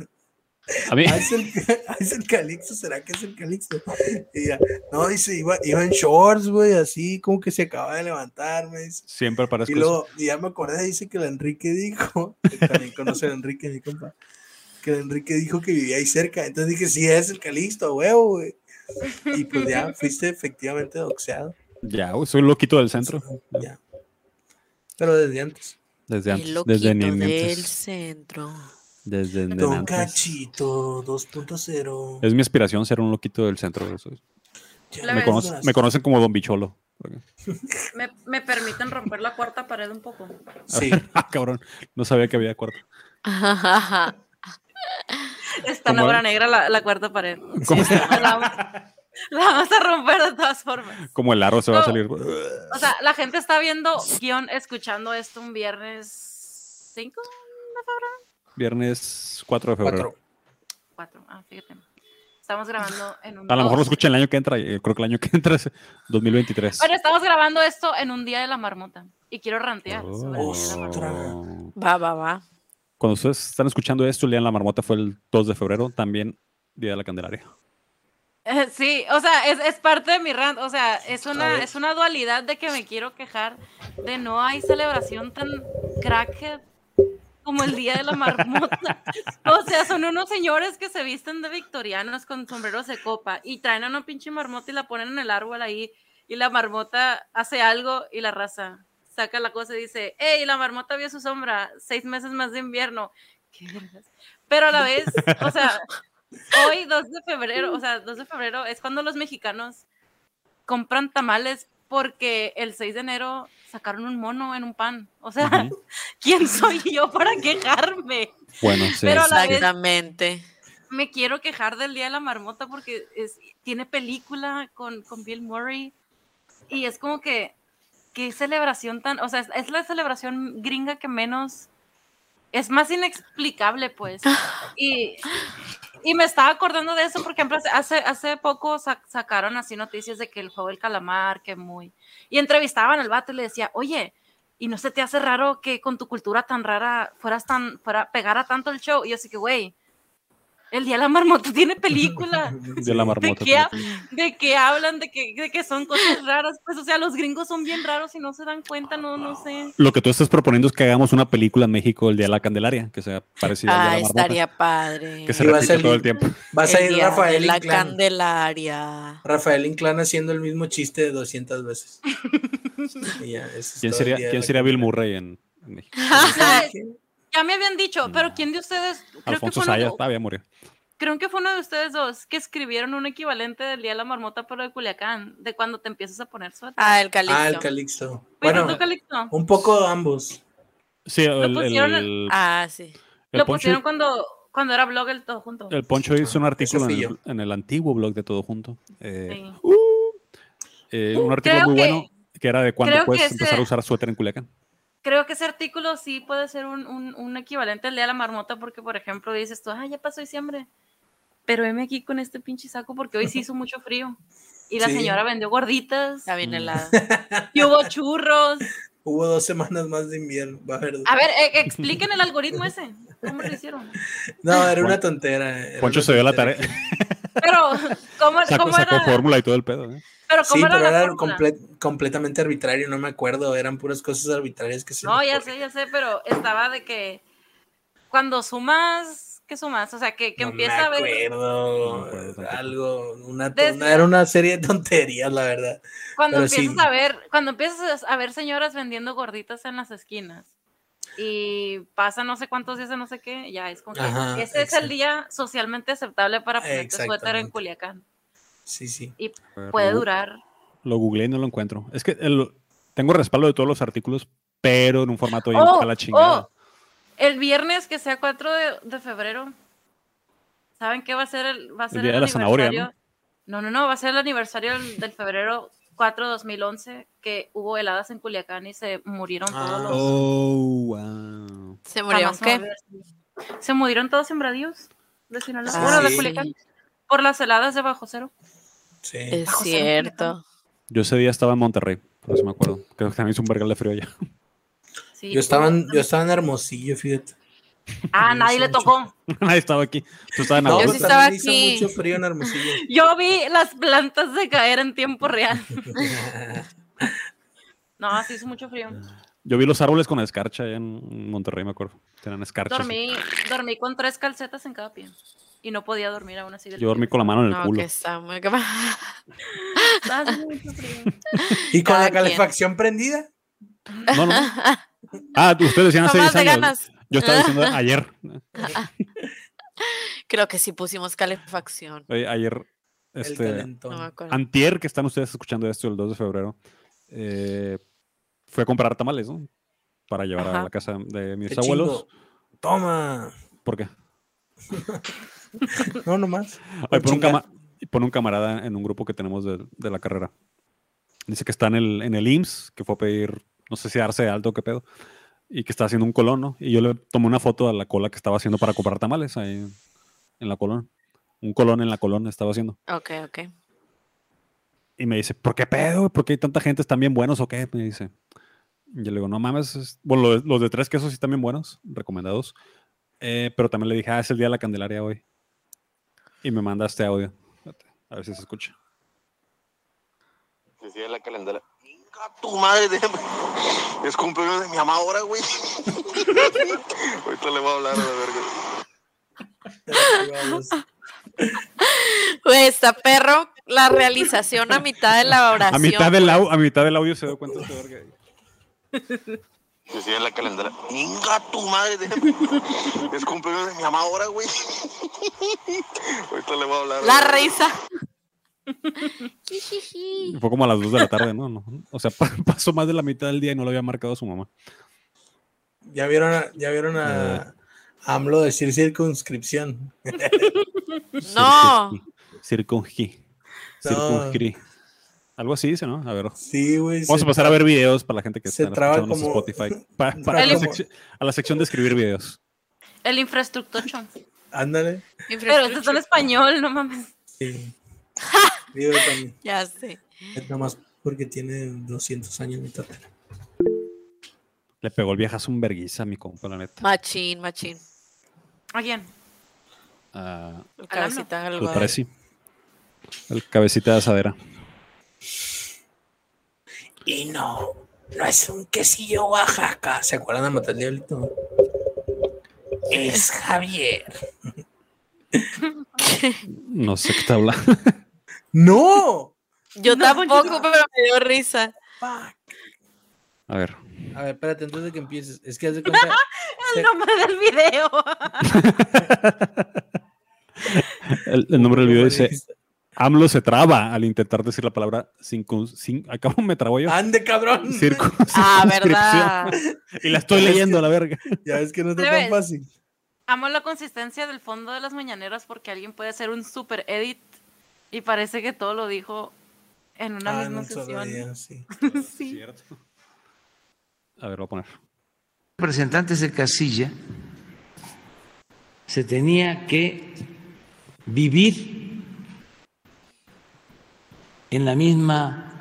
[laughs] A mí, Ah, es el, [laughs] ah, es el Calixto, ¿será que es el Calixto? Y ya, no, dice, iba, iba en shorts, güey, así, como que se acaba de levantar, me dice. siempre Y parezco. luego, y ya me acordé, dice que el Enrique dijo, que también conoce a Enrique, mi compa, que el Enrique dijo que vivía ahí cerca. Entonces dije, sí, es el Calixto, a huevo, güey. Y pues ya fuiste efectivamente doxeado. Ya, güey, soy un loquito del centro. Ya. Pero desde antes. Desde El antes. loquito Desde ni del antes. centro. [laughs] Desde ni Don antes. Cachito 2.0. Es mi aspiración ser un loquito del centro. güey, soy- Ya La Me, ves. conoce- más. me conocen como Don Bicholo. [laughs] [laughs] ¿Me, me permiten romper la cuarta pared un poco. Sí. Ah, cabrón. No sabía que había cuarto. Está en ¿Cómo obra es? negra la, la cuarta pared. ¿Cómo? La, vamos- la vamos a romper de todas formas. Como el aro se va a No. salir. O sea, la gente está viendo guión, escuchando esto un viernes 5, Viernes 4 de febrero. Cuatro. 4. Ah, fíjate. Estamos grabando en un. A lo mejor lo dos. escuchan el año que entra. eh, Creo que el año que entra es 2023. Bueno, estamos grabando esto en un día de la marmota. Y quiero rantear. sobre el día de la marmota. Ostras. Oh. Va, va, va. Cuando ustedes están escuchando esto, el día de la marmota fue el 2 de febrero, también Día de la [laughs] Candelaria. Eh, [laughs] Sí, o sea, es, es parte de mi rant, o sea, es una, ver. es una dualidad de que me quiero quejar de no hay celebración tan crackhead como el Día de la Marmota. [laughs] O sea, son unos señores que se visten de victorianos con sombreros de copa y traen a una pinche marmota y la ponen en el árbol ahí y la marmota hace algo y la raza saca la cosa y dice, hey, la marmota vio su sombra, seis meses más de invierno. Qué vergas. Pero a la vez, o sea, hoy 2 de febrero, o sea, 2 de febrero es cuando los mexicanos compran tamales porque el 6 de enero sacaron un mono en un pan. O sea, Ujú. ¿quién soy yo para quejarme? Bueno, sí. Pero a la vez- Exactamente. Me quiero quejar del Día de la Marmota porque es, tiene película con, con Bill Murray y es como que, qué celebración tan, o sea, es, es la celebración gringa que menos, es más inexplicable pues. Y, y me estaba acordando de eso porque por ejemplo, hace, hace poco sa- sacaron así noticias de que el juego del calamar, que muy... Y entrevistaban al vato y le decía, oye, ¿y no se te hace raro que con tu cultura tan rara fueras tan, fuera, pegara tanto el show? Y yo así que, güey, El Día de la Marmota tiene película. [laughs] De la marmota. qué ha- de que hablan, de que, de que son cosas raras. Pues, o sea, los gringos son bien raros y no se dan cuenta, no, no sé. Lo que tú estás proponiendo es que hagamos una película en México el día de la Candelaria, que sea parecida Ah, al día de la marmota. estaría padre. Que se Y va a repite salir- todo el tiempo. Vas a El ir día de Rafael La Inclán. [laughs] Candelaria. Rafael Inclán haciendo el mismo chiste de 200 [laughs] veces. Y ya, eso es ¿Quién todo el sería, día de quién la sería Bill campaña. Murray en, en México? Ah, Ah, Ustedes, ¿Quién? ya me habían dicho, pero ¿quién de ustedes? Creo que, Alfonso fue uno de, Sayas todavía murió. creo que fue uno de ustedes dos que escribieron un equivalente del Día de la Marmota, pero de Culiacán, de cuando te empiezas a poner suerte. Ah, el Calixto. Ah, el Calixto. Bueno, Bueno, tú, Calixto, un poco ambos. Sí, el, el, pusieron- el- Ah, sí. el lo pusieron Poncho, cuando, cuando era blog el todo junto. el Poncho hizo un Ah, artículo ese en fui el, en el antiguo blog de Todo Junto. eh, Sí. Uh, eh, un artículo Creo muy que- bueno que era de cuándo creo que puedes ese- empezar a usar suéter en Culiacán. Creo que ese artículo sí puede ser un, un- un equivalente al Día de la Marmota, porque, por ejemplo, dices tú, ah, ya pasó diciembre, pero heme aquí con este pinche saco porque hoy sí hizo mucho frío. Y la Sí. señora vendió gorditas, Está bien Mm. [laughs] helado. y hubo churros. Hubo dos semanas más de invierno. Va a haber- A ver, eh, expliquen el algoritmo ese, cómo lo hicieron. No, era una Pon- tontera. era Poncho una se dio la [laughs] tontera. tarea, Pero, ¿cómo, sacó, cómo sacó era? fórmula y todo el pedo. ¿eh? Pero, ¿cómo Sí, era pero la era fórmula? comple- completamente arbitrario, no me acuerdo. Eran puras cosas arbitrarias que se. No, me ya sé, ocurren. ya sé, pero estaba de que cuando sumas, ¿qué sumas? O sea, que, que No empieza me a ver. acuerdo, No me acuerdo tampoco. algo, una, Decía- una- era una serie de tonterías, la verdad. Cuando Pero sí. empiezas a ver, cuando empiezas a ver señoras vendiendo gorditas en las esquinas y pasa no sé cuántos días de no sé qué, ya es como que Ajá, ese es el exacto. día socialmente aceptable para ponerte suéter en Exactamente. Culiacán. Sí, sí. Puede Lo- durar. Lo googleé y no lo encuentro. Es que el- tengo respaldo de todos los artículos, pero en un formato de Oh, la chingada. oh, el viernes que sea 4 de, de febrero. ¿Saben qué va a ser el va a ser día el de la zanahoria, aniversario- ¿no? no, no, va a ser el aniversario del, del febrero 4 de 2011 que hubo heladas en Culiacán y se murieron todos Ah, los Oh, wow. ¿Se murieron Jamás se me qué? va a olvidar. Se murieron todos sembradíos de Sinaloa. Ah, bueno, de sí. Culiacán. Por las heladas de bajo cero. Sí. Es Bajo cero, cierto. Yo ese día estaba en Monterrey, por eso me acuerdo. Creo que también hizo un vergal de frío allá. [laughs] Sí, Yo, estaba en, hubo- yo estaba en Hermosillo, fíjate. Ah, nadie le mucho. tocó. Nadie estaba aquí. Tú estabas en No, Aguas- Yo yo sí estaba hizo aquí. mucho frío en [laughs] Hermosillo. Yo vi las plantas de caer en tiempo [laughs] real. No, sí hizo mucho Ah, frío. Yo vi los árboles con escarcha allá en Monterrey, me acuerdo. Tenían escarcha. así. Dormí, dormí con tres calcetas en cada pie. Y no podía dormir aún así. del Yo dormí frío. con la mano en el No, culo. que está muy... [laughs] Ah, sí, mucho frío. [laughs] y con Cada la quien. calefacción prendida. [laughs] No, no. Ah, ustedes decían hace 10 Nomás de años. ganas. Yo estaba [laughs] diciendo ayer. Creo que sí pusimos calefacción. Oye, ayer, El este, calentón. No me acuerdo. antier que están ustedes escuchando esto el 2 de febrero, eh, fui a comprar tamales, ¿no? Para llevar a Ajá. la casa de mis Te abuelos. chingo. Toma. ¿Por qué? No, nomás. Ay, Por pone, un chingar. cama- pone un camarada en un grupo que tenemos de, de la carrera. Dice que está en el, en el IMSS, que fue a pedir, no sé si darse de alto o qué pedo, y que está haciendo un colón, ¿no? Y yo le tomé una foto a la cola que estaba haciendo para comprar tamales ahí en, en la colón. Un colón en la colón estaba haciendo. Ok, ok. Y me dice, ¿por qué pedo? güey? ¿Por qué hay tanta gente? ¿Están bien buenos o qué? Me dice. Y yo le digo, no mames. es- Bueno, lo de- los de tres quesos sí están bien buenos, recomendados. Eh, pero también le dije, ah, es el día de la Candelaria hoy. Y me manda este audio. Espérate, A ver si se escucha. Decía la calendaria. "Chinga Tu madre, déjame. Es cumpleaños de mi mamá ahora, güey. Ahorita le voy a hablar a la verga. Güey, está perro la realización [laughs] a mitad de la oración. A mitad, del au- a mitad del audio se dio cuenta este verga. Decía la calendaria. Inga tu madre, déjame. Es cumpleaños de mi mamá ahora, güey. Ahorita le voy a hablar. a La [laughs] verga. risa. Y Fue como a las 2 de la tarde, ¿no? No, O sea, pa- [laughs] pasó más de la mitad del día y no lo había marcado su mamá. Ya vieron a, ya vieron a AMLO decir circunscripción. No. Circunji. Circunji. Algo así dice, ¿no? A ver. Sí, güey. Vamos a se- pasar a ver videos para la gente que se está traba escuchándonos en como- [laughs] Spotify. Pa- Para, traba la como- sección- a la sección de escribir videos. El infraestructura. Ándale. Pero esto está en español, no mames. [laughs] Sí. Digo, también, [laughs] Ya sé. es nomás porque tiene 200 años mi tata. Le pegó el viejazo un verguiza a mi compa, la neta. Machín, machín. ¿A quién? a Al El AMLO. cabecita de Al algodón. Prezi, el cabecita de asadera. Y no, no es un quesillo Oaxaca. ¿Se acuerdan de Matar Diablito? Es Javier. No sé qué está hablando. ¡No! Yo No, tampoco, pero me dio risa. Fuck. [laughs] A ver. A ver, espérate, antes de que empieces. Es que haz de cuenta. El nombre del video. [laughs] El, el nombre del video dice AMLO se traba al intentar decir la palabra sin, sin acabo me trabo yo. ¡Ande, [laughs] cabrón! Circu- Ah, circunscripción. ¿verdad? Y la estoy leyendo a la verga. Ya ves que no está tan Debes. fácil. Amo la consistencia del fondo de las mañaneras porque alguien puede hacer un super edit y parece que todo lo dijo en Ah, una misma no, solo sesión. día, sí. Sí. A ver, lo voy a poner. representantes de Casilla se tenía que vivir en la misma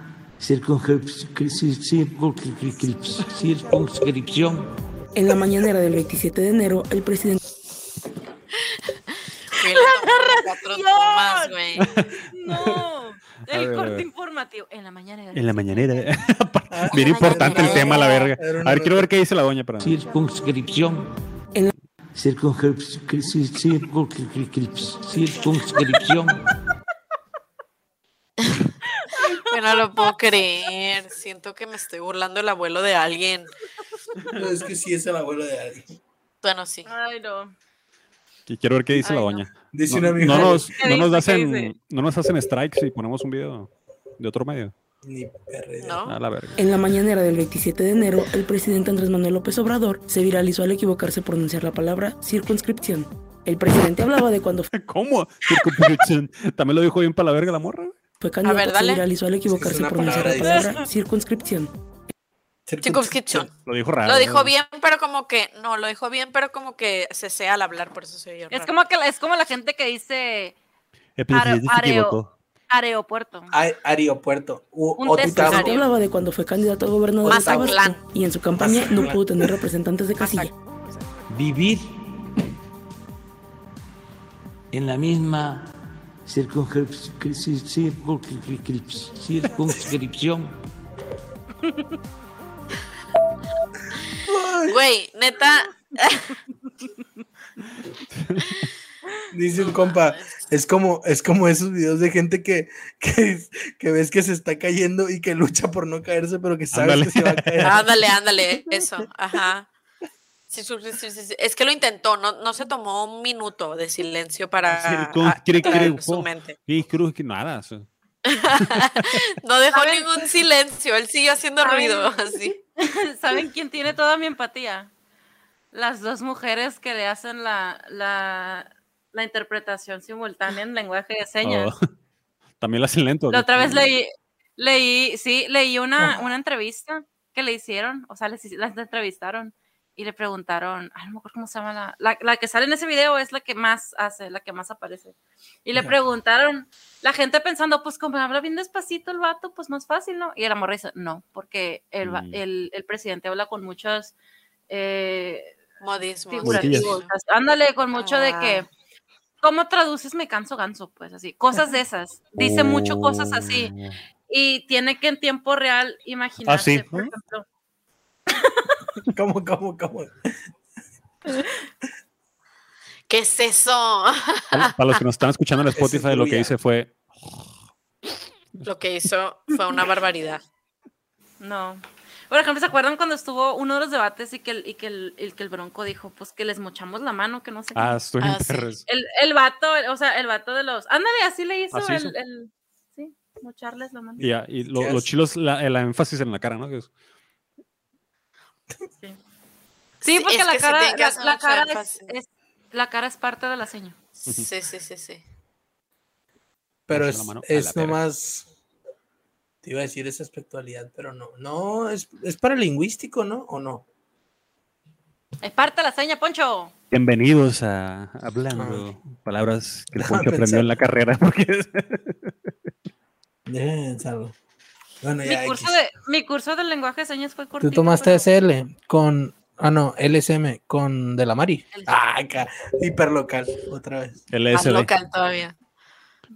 circunscrip- circunscrip- circunscripción En la mañanera del 27 de enero, el presidente Güey, le tomó como cuatro tomas, [laughs] güey. No, ver, a el corte ver. informativo. En la mañanera. En la mañanera. [laughs] Ah, Bien importante el tema, la verga. Era una A ver, quiero ver qué dice la doña. Pero... circunscripción En la- circunscrip- circunscrip- circunscripción Yo no lo puedo creer. Siento que me estoy burlando del abuelo de alguien. No, es que sí es el abuelo de alguien. Bueno, sí. Ay, no. Quiero ver qué dice Ay, la no. doña. Dice No, un amigo. no nos, ¿Qué no, nos dice? ¿Qué hacen, dice? no nos hacen strikes y ponemos un video de otro medio. Ni perre. ¿No? A la [laughs] verga. en la mañanera del 27 de enero, el presidente Andrés Manuel López Obrador se viralizó al equivocarse por pronunciar la palabra circunscripción. El presidente hablaba de cuando ¿Cómo? Circunvicción. También lo dijo bien para la verga la morra. güey. fue candidato, ver, dale. se viralizó al equivocarse una por pronunciar la palabra palabra circunscripción. Circunscripción. Lo dijo raro. Lo dijo güey. bien, pero como que. No, lo dijo bien, pero como que se sea al hablar, por eso se oyó Es raro. como, que, la- es como la gente que dice El presidente se Areo. equivocó. aeropuerto. Ay, aeropuerto. U, Un o test El presidente Mario. hablaba de cuando fue candidato a gobernador de Mazatlán. Tabasco y en su campaña no Mazatlán. pudo tener representantes de Hasta- casilla. vivir en la misma circunscrip- circunscrip- circunscripción Güey, neta, Dice un compa, es como, es como esos videos de gente que, que, que ves que se está cayendo y que lucha por no caerse, pero que sabes Ándale. que se va a caer. Ah. ándale, ándale, eso, ajá. Sí, su- sí, sí, sí, sí. Es que lo intentó, no, no se tomó un minuto de silencio para a- Circunscripción. aclarar su mente. Y cruz que nada. o sea, No dejó ningún silencio, él siguió haciendo Ay. [laughs] ruido así. [laughs] ¿Saben quién tiene toda mi empatía? Las dos mujeres que le hacen la, la, la interpretación simultánea en lenguaje de señas. oh. [laughs] También la hacen lento. güey. La Oh. otra vez leí, leí, sí, leí una, una entrevista que le hicieron, o sea, les hici- las entrevistaron y le preguntaron, ay, no me acuerdo cómo se llama la, la, la que sale en ese video es la que más hace, la que más aparece. Y le Ya. preguntaron, la gente pensando, pues como habla bien despacito el vato, pues más fácil, ¿no? Y el amor dice, no, porque el, va- Mm. el, el presidente habla con muchas eh, Modismo. figurativos. así, Ándale, con mucho de que, Ah. ¿cómo traduces me canso ganso? Pues así, cosas de esas. Dice mucho cosas así Oh. y tiene que en tiempo real imaginarse, por ejemplo. ¿Cómo, cómo, cómo? ¿Qué es eso? [laughs] Para para los que nos están escuchando en Eso [laughs] es Spotify, lo que tuya. hice fue. Lo que hizo fue una barbaridad. No. Por ejemplo, ¿se acuerdan cuando estuvo uno de los debates y que el, y que el, el que el bronco dijo, pues que les mochamos la mano, que no sé qué? Ah, estoy Ah, en sí. perres. El, el vato, el- o sea, el vato de los. Ándale, así le hizo, Así el, hizo. el- Sí, mocharles la mano. Y, ya, y lo- ¿Qué los hace? chilos, la, el énfasis en la cara, ¿no? Que es- Sí, porque es la que se cara, tiene que la, hacer la mucho cara es, énfasis. es- la cara es parte de la seña. Sí, sí, sí, sí. Pero Échale la es, mano a la es verga. nomás. Te iba a decir esa espectualidad, pero no. No, es, es para lingüístico, ¿no? ¿O no? Es parte de la seña, Poncho. Bienvenidos a Ah, Hablando. Palabras que el Déjame Poncho aprendió en la carrera. [laughs] Porque Déjame pensarlo. Bueno, Mi ya. curso, X. de, mi curso del lenguaje de señas fue Tú cortito. tomaste pero- SL con Ah, no, LSM con De La Mari. Ah, acá, hiperlocal, otra vez. Más LSD. local todavía.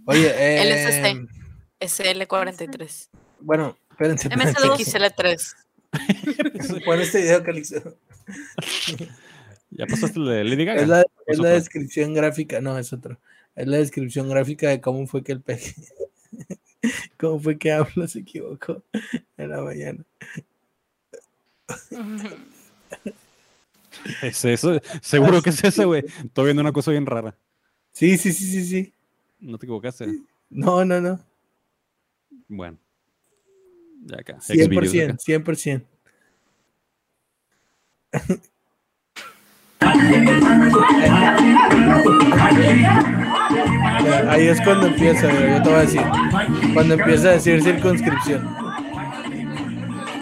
Oye, eh, LST. [laughs] SL43. bueno, espérense. espérense. MSL2XL3. [laughs] Pon este video, Calixto. Ya pasaste el de Lady Gaga. Es la, es Eso la fue. descripción gráfica, no, es otro. Es la descripción gráfica de cómo fue que el peje, [laughs] cómo fue que hablo se equivocó en la mañana. Es eso, Seguro que es ese, güey. Estoy viendo una cosa bien rara. Sí, sí, sí, sí, sí. No te equivocaste. No, no, no. Bueno. Ya acá. Xvideos 100%, acá. 100%. Ahí es cuando empieza, güey, yo te voy a decir. Cuando empieza a decir circunscripción.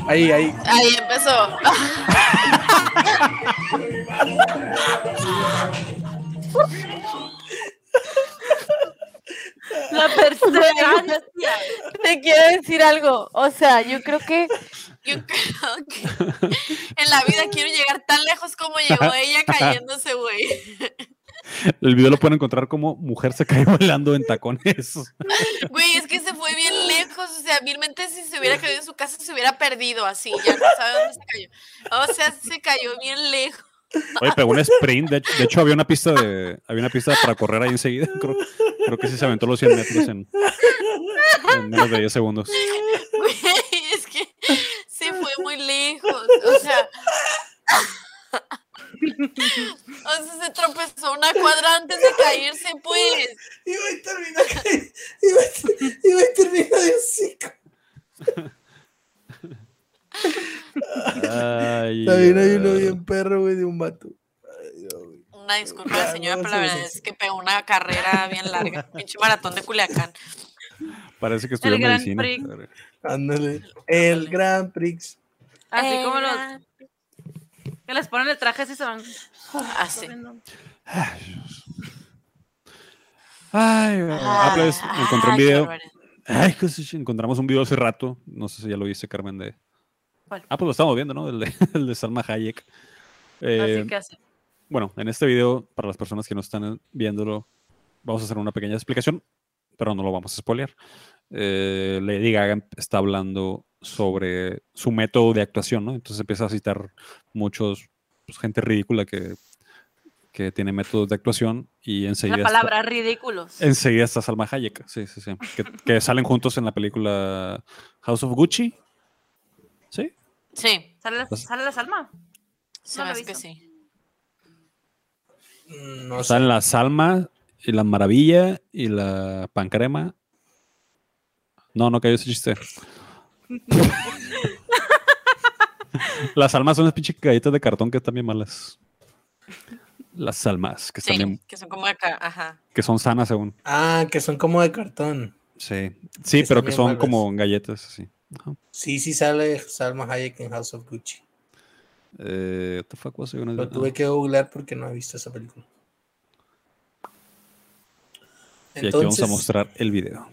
Ahí, ahí. Ahí [laughs] empezó. [laughs] La [laughs] perseverancia. Te quiero decir algo. O sea, yo creo que Yo creo que en la vida quiero llegar tan lejos como llegó ella cayéndose, güey. El video lo pueden encontrar como mujer se cae bailando en tacones. [laughs] Güey, es que se fue bien lejos. O sea, vilmente si se hubiera caído en su casa se hubiera perdido así. Ya no sabe dónde se cayó. O sea, se cayó bien lejos. Oye, pegó un sprint. De, de hecho, había una pista de, había una pista para correr ahí enseguida. Creo, creo que sí se aventó los 100 metros en, en menos de 10 segundos. Güey, es que se fue muy lejos. O sea. [laughs] O sea, se tropezó una cuadra antes de caerse, pues. Y voy a [laughs] terminar cayendo. Y voy a ter- y voy a terminar de hocico. Ay, También hay uno ay. bien perro, güey, de un vato. Ay, Dios, güey. Una disculpa, Ya, señora, no, pero la se verdad merece. es que pegó una carrera bien larga. Pinche maratón de Culiacán. Parece que estudió El Grand medicina. Prix. Ándale. El Gran Prix. Eh, Así como los Era- que les ponen el traje así se van. Así. corriendo. Ay, güey. Ah, pues, encontré un Ay, qué video. barbaridad. Ay, que sí, encontramos un video hace rato. No sé si ya lo viste, Carmen. De... ¿Cuál? Ah, pues lo estamos viendo, ¿no? El de, [laughs] el de Salma Hayek. Eh, Así que así. Bueno, en este video, para las personas que no están viéndolo, vamos a hacer una pequeña explicación, pero no lo vamos a spoilear. Eh, Lady Gaga está hablando sobre su método de actuación, ¿no? Entonces empieza a citar muchos, pues, gente ridícula que, que tiene métodos de actuación y enseguida... La está- palabra ridículos. Enseguida está Salma Hayek, sí, sí, sí. Que, que salen juntos en la película House of Gucci. Sí, Sí, ¿Sale, la- Pues- sale la salma? se No me lo hace he que visto. sí. Mm, No sé. salen la Salma y la Maravilla y la Pancrema. No, no cayó ese [laughs] chiste. Las almas son las pinches galletas de cartón que están bien malas. Las almas, que, están Sí, bien- que son como acá. Ajá. que son sanas según. Ah, que son como de cartón. Sí, sí Que pero que están bien son malas. como galletas, así. Ajá. Sí, sí sale Salma Hayek en House of Gucci. Eh, what the fuck was I gonna Lo do? Ah, tuve que googlear porque no he visto esa película. Y aquí vamos a Entonces, mostrar el video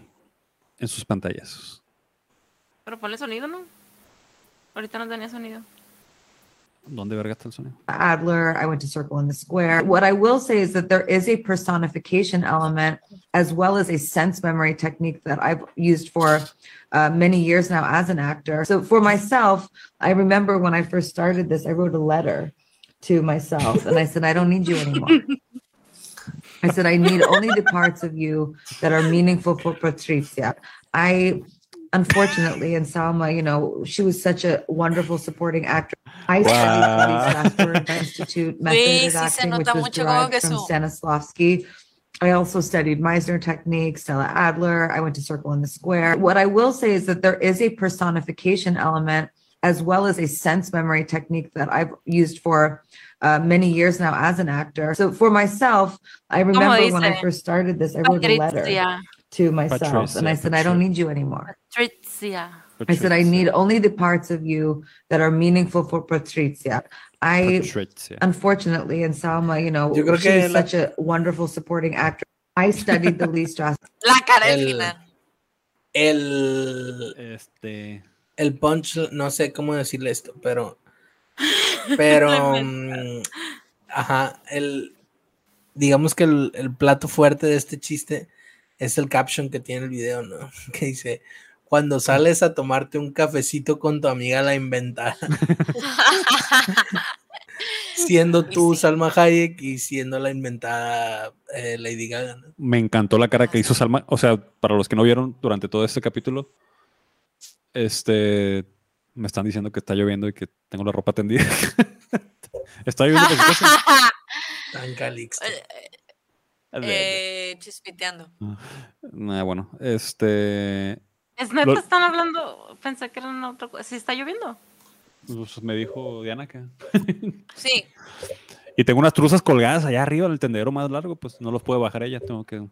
en sus pantallas. Pero ponle sonido, ¿no? Ahorita no tenía sonido. ¿Dónde verga está el sonido? Adler. I went to Circle in the Square. What I will say is that there is a personification element as well as a sense memory technique that I've used for uh, many years now as an actor. So for myself, I remember when I first started this, I wrote a letter to myself and I said, I don't need you anymore. I said, I need only the parts of you that are meaningful for Patricia. I unfortunately and Salma, you know, she was such a wonderful supporting actor. I Wow. studied for the Strasbourg Institute Güey, method of sí se acting, which nota was mucho como derived que from su- Stanislavski. I also studied Meisner technique, Stella Adler. I went to Circle in the Square. What I will say is that there is a personification element as well as a sense memory technique that I've used for uh, many years now as an actor. So for myself, I pues, remember when I dice? first started this, I wrote a letter Patricia. to myself and I Patricia, said, I don't Patricia. need you anymore. Patricia. I said, I need only the parts of you that are meaningful for Patricia. I Patricia. unfortunately, and Salma, you know, Yo creo she que was la- such a wonderful supporting actor. I studied the Lee Strasberg. La cara del El- final. el, Este. el punch, no sé cómo decirle esto, pero Pero, mm, ajá, el, digamos que el, el plato fuerte de este chiste es el caption que tiene el video, ¿no? [laughs] Que dice, cuando sales a tomarte un cafecito con tu amiga la inventada. siendo tú Salma Hayek y siendo la inventada eh, Lady Gaga, ¿no? Me encantó la cara que hizo Salma. O sea, para los que no vieron durante todo este capítulo, este, me están diciendo que está lloviendo y que tengo la ropa tendida. [laughs] está lloviendo. por supuesto. Tan calixto. Eh, chispiteando. Nah, [laughs] Ah, bueno, este, Es neta, Lo- están hablando. Pensé que eran otra cosa. Sí, está lloviendo. pues, me dijo Diana que Sí, Y tengo unas truzas colgadas allá arriba en el tendedero más largo, pues no los puede bajar ella, tengo que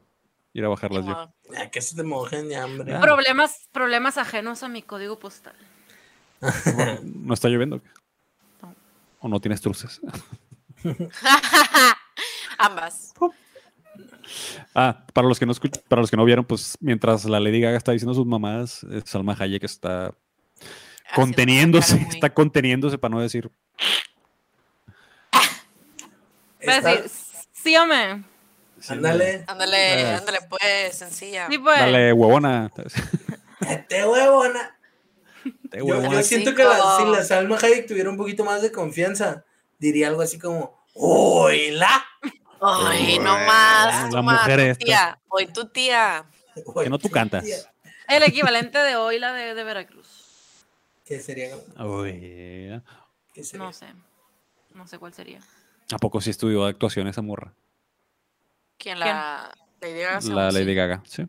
ir a bajarlas yo. Ah, que se te mojen de hambre. Problemas, problemas ajenos a mi código postal. ¿No está lloviendo? ¿O no tienes truzas? ambas. Ah, para los que no escuch- para los que no vieron, pues mientras la Lady Gaga está diciendo sus mamadas, eh, Salma Hayek Ah, está conteniéndose, muy- está conteniéndose para no decir Va a decir, sí, hombre. sí, Ándale. Ándale, Eh. ándale, pues, sencilla. Sí, pues. Dale [laughs] huevona. Este huevona. Te Yo- Yo, huevona. siento que la- si Chico. la Salma Hayek tuviera un poquito más de confianza, diría algo así como, ¡Hola! Ay, no más. Pues, La tu ma- mujer tu esta. Tía, hoy tu tía. Que no tú cantas. El equivalente de hoy, la de, de Veracruz. ¿Qué sería? Oye, ¿Qué sería? No sé. No sé cuál sería. ¿A poco sí estudió actuación esa morra? ¿Quién la Lady Ah, Gaga? según La sí. Lady Gaga, sí.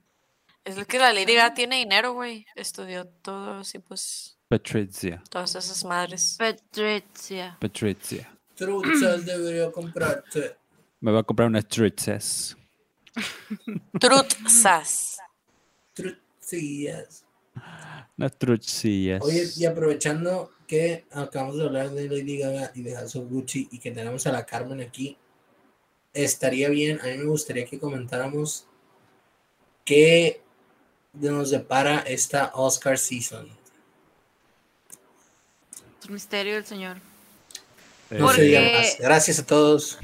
Es que la Lady Gaga tiene dinero, güey. Estudió todos y pues Patricia, todas esas madres. Patricia. Patricia. Truchas debería comprarte. Me voy a comprar unas truchas. Trutzas. Truchillas. Unas truchillas. Oye, y aprovechando que acabamos de hablar de Lady Gaga y de House of Gucci y que tenemos a la Carmen aquí, estaría bien, a mí me gustaría que comentáramos qué nos depara esta Oscar season. Es un misterio [laughs] del señor. No Porque- se diga más. Gracias a todos.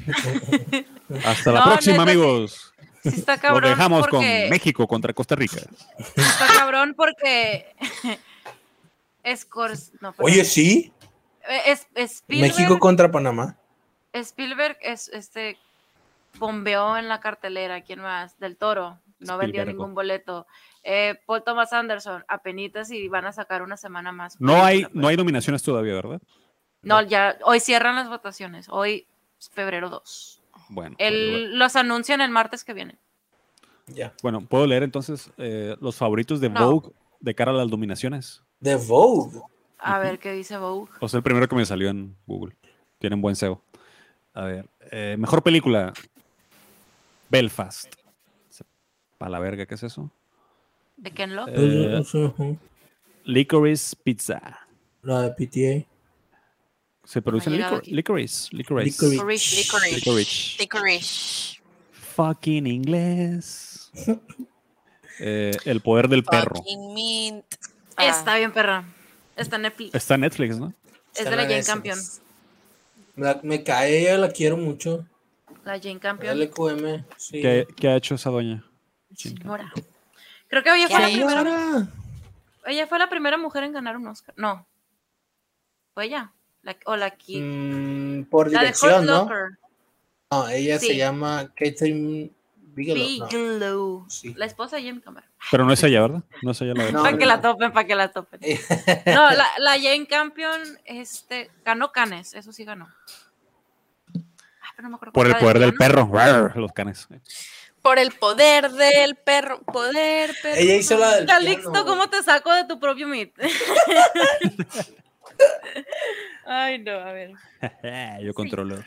Hasta la No, próxima, neta, sí. amigos. Sí está Los cabrón dejamos con porque... México contra Costa Rica. Está cabrón porque... Scors... No, perdón. Oye, sí, Eh, Es, Spielberg, México contra Panamá. Spielberg es, este, bombeó en la cartelera, ¿quién más? Del Toro, no vendió Spielbergo. ningún boleto. Eh, Paul Thomas Anderson, apenitas y van a sacar una semana más. No hay, no hay nominaciones todavía, ¿verdad? No, ya, hoy cierran las votaciones, hoy es febrero 2. Bueno. El, los anuncian el martes que viene. Ya. Bueno, puedo leer entonces eh, los favoritos de No. Vogue de cara a las nominaciones. The Eh, Vogue. A ver qué dice Vogue. O sea, el primero que me salió en Google. Tienen buen SEO. A ver, eh, mejor película. Belfast. Para la verga, ¿qué es eso? ¿De Ken Loach? Eh, Licorice Pizza. La de PTA. Pues Se produce Ha llegado licor- aquí. licorice. Licorice. Licorice. Licorice. Licorice. Licorice. Licorice. Fucking inglés. Eh, el poder del perro. Fucking mint. Ah, Está bien, perra. Está en Netflix. Está en Netflix, ¿no? Es de la Jane Campion. La- me cae, ella la quiero mucho. La Jane Campion. LQM. Sí. ¿Qué, qué ha hecho esa doña? Señora. Creo que ella fue, la ¿Qué? primera, Señora. ella fue la primera mujer en ganar un Oscar. No. Fue ella. La- o la Ki- Mm, por La de Hurt dirección, ¿no? Locker. No, ella Sí. se llama Catherine Bigelow. no. Bigelow. Sí. La esposa de Jane Campion. Pero no es ella, ¿verdad? No es ella [laughs] la No, Eh. para verdad. que la topen, para que la topen. [laughs] No, la, la Jane Campion este, ganó Canes. Eso sí ganó. Ah, pero no me acuerdo Por cuál. el La de poder del piano. perro. Rar, Los canes. Ah. Por el poder del perro. Poder, perro. Ella hizo la del Calixto, piano, ¿cómo te saco de tu propio mit? Ay, no, a ver. Eh, Yo controlo.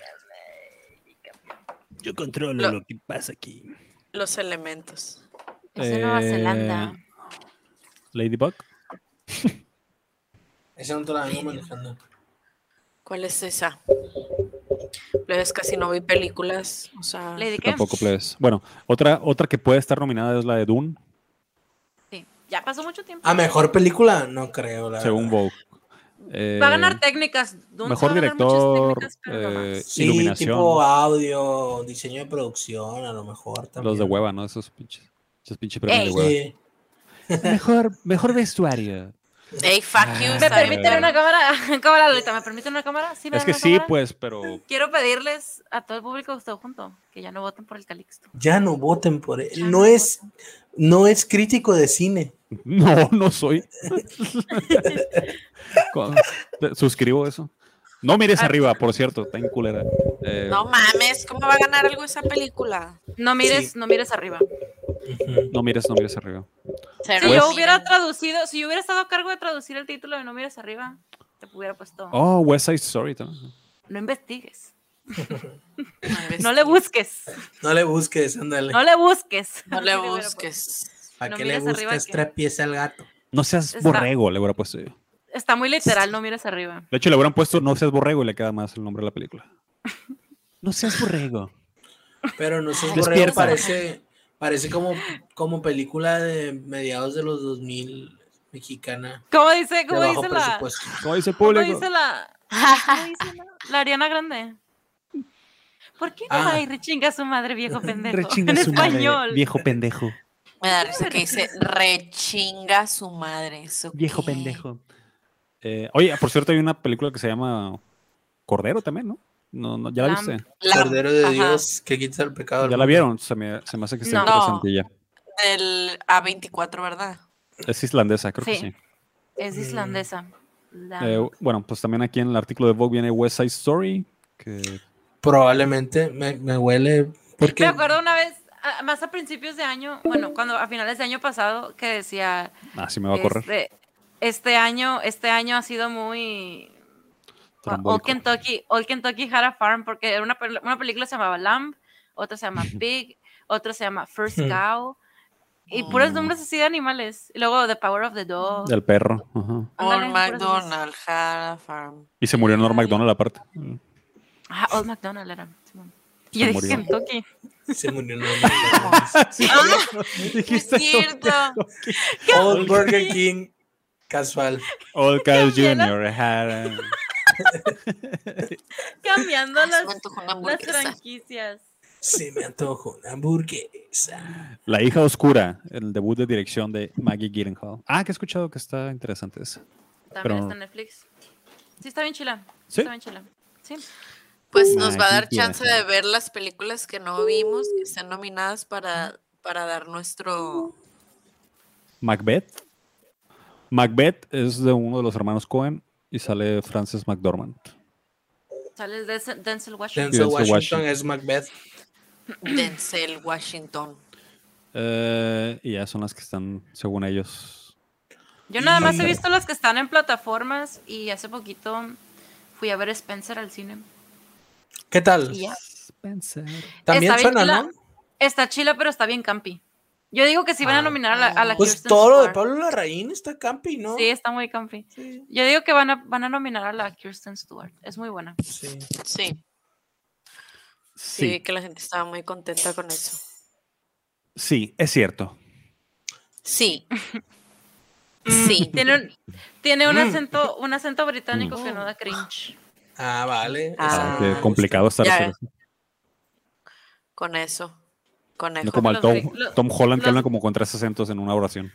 Yo controlo Lo- lo que pasa aquí. Los elementos. Es de Nueva Eh, Zelanda. Ladybug. Esa no te la vengo manejando. ¿Cuál es esa? Plebes, casi no vi películas. O sea, Lady Yo Gaga. Tampoco plebes. Bueno, otra, otra que puede estar nominada es la de Dune, Sí, ya pasó mucho tiempo. ¿A mejor Ah, película? No creo, la según verdad. Vogue. Va a ganar técnicas. Dunst Eh, Mejor va a ganar muchas director, técnicas, pero no eh, más. Sí, iluminación. tipo ah, ¿no? audio, diseño de producción, a lo mejor también. Los de hueva, ¿no? Esos pinches, esos pinches premios de Ey. hueva. Sí. [laughs] Mejor, mejor vestuario. Ey, fuck you. Ah, ¿Me está bien, permiten pero- una cámara? [laughs] Cámara, Lolita, ¿me permiten una cámara? ¿Sí me Es dan que una sí, cámara? pues, pero Quiero pedirles a todo el público que está junto que ya no voten por el Calixto. Ya no voten por él. No es, no es crítico de cine. no, no [laughs] soy. Con- te- Suscribo eso. No mires Ah. arriba, por cierto, está en culera. Eh, No mames, ¿cómo va a ganar algo esa película? No mires, no mires arriba. no mires, no mires arriba. Cero. Si Pues- yo hubiera traducido, si yo hubiera estado a cargo de traducir el título de No mires arriba, te hubiera puesto Oh, West Side Story también. No investigues. Madre No le busques. No le busques, ándale. No le busques. [laughs] No le Así pues, hubiera busques. ¿A no qué le mires arriba buscas que- tres pies al gato? No seas Está- borrego, le hubiera puesto yo. puesto. Está muy literal, no mires arriba. De hecho, le hubieran puesto No seas borrego y le queda más el nombre de la película. [laughs] No seas borrego. [laughs] Pero no seas Despierta. borrego, parece, parece como, como película de mediados de los 2000 mexicana. ¿Cómo dice, De cómo bajo dice la, cómo presupuesto. ¿Cómo dice el público? dice la, cómo dice la, la Ariana Grande? ¿Por qué no Ah. va y rechinga a su [laughs] madre, viejo pendejo? Rechinga en su madre, español. viejo pendejo. Me da risa que dice rechinga su madre. ¿eso Viejo qué? pendejo. Eh, oye, por cierto, hay una película que se llama Cordero también, ¿no? no, no ya la Lamb. viste. La- Cordero de Ajá. Dios que quita el pecado. del Ya la mundo. vieron. Se me, se me hace que está No. interesante ya. Del A24, ¿verdad? Es islandesa, creo que Sí. sí. Es islandesa. La- Eh, bueno, pues también aquí en el artículo de Vogue viene West Side Story. Que... Probablemente me, me huele. Porque Me acuerdo una vez, a- más a principios de año, bueno, cuando a finales de año pasado, que decía, Ah, sí me va a correr. Este, este año, este año ha sido muy Old Trombónico. Kentucky, Old Kentucky Had a Farm, porque era una, pel- una película se llamaba Lamb, otra [laughs] se llama Pig, otra se llama First Hmm. Cow, y puros nombres así de animales. Y luego The Power of the Dog. Del perro. ajá. Ándale, Old puras de esas. McDonald, Hannah Farm. Y se murió Norm MacDonald [laughs] aparte. Ah, Old McDonald era. Simón. Y Se yo dije murió. Kentucky. se murió una [laughs] Es cierto. Old Burger King casual. Old Carl Cambié la- Jr. had a- [laughs] Cambiando Se las, me antojó una las hamburguesa. franquicias. Se me antojo una hamburguesa. La hija oscura, el debut de dirección de Maggie Gyllenhaal. Ah, que he escuchado que está interesante esa. También Pero- está en Netflix. Sí, está bien chila. ¿Sí? Está bien chila. Sí. Pues nos va a dar Maggie chance de Gyllenhaal. ver las películas que no vimos, que están nominadas para, para dar nuestro. Macbeth. Macbeth es de uno de los hermanos Cohen y sale Frances McDormand. Sale el Denzel- Denzel Washington. Denzel Denzel Washington, Washington. es Macbeth. Denzel Washington. Eh, y ya son las que están, según ellos. Yo nada más he Ándale. visto las que están en plataformas y hace poquito fui a ver Spencer al cine. ¿Qué tal? Y ya. Pues También Está bien suena, chila. ¿no? Está chila, pero está bien campi. Yo digo que sí Ah, van a nominar a la, a la Pues Kirsten todo lo de Stewart. Pablo Larraín está campi, ¿no? Sí, está muy campi. Sí. Yo digo que van a, van a nominar a la Kirsten Stewart. Es muy buena. Sí. Sí, sí, vi Sí, que la gente estaba muy contenta con eso. sí, es cierto. [laughs] Sí. Sí. Tiene un, tiene Mm. un acento, un acento británico que no da cringe. Ah, pues, vale. Ah, Ah, Esa- qué complicado estar Ya. sobre- Con eso. Conejo. No como al Los Tom, gri- lo- Tom Holland que los- habla como con tres acentos en una oración.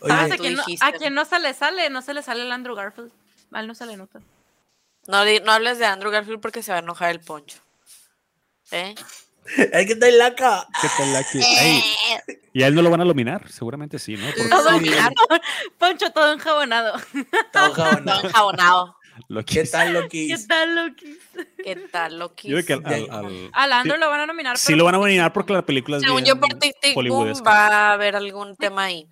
Oye, Ah, ¿Sabes a tú quién, no, dijiste. a quién no se le sale? No se le sale el Andrew Garfield. A él no se le nota. No, di- no hables de Andrew Garfield porque se va a enojar el poncho. ¿Eh? Hay que estar laca. ¿Qué tal la que- Ey, Y a él no lo van a nominar, seguramente sí, ¿no? Porque Todo Sí. Poncho todo enjabonado. Está enjabonado. Don jabonado. lo ¿Qué que- tal, Loki? ¿Qué tal, Loki? ¿Qué tal, Loki? Yo creo que al- al- Ya. al- Al Andrew lo van a nominar. sí pero lo por van a Tic Tic nominar Boom, porque la película es Según bien yo, por Tic Tic Boom hollywoodesca. va a haber algún tema ahí.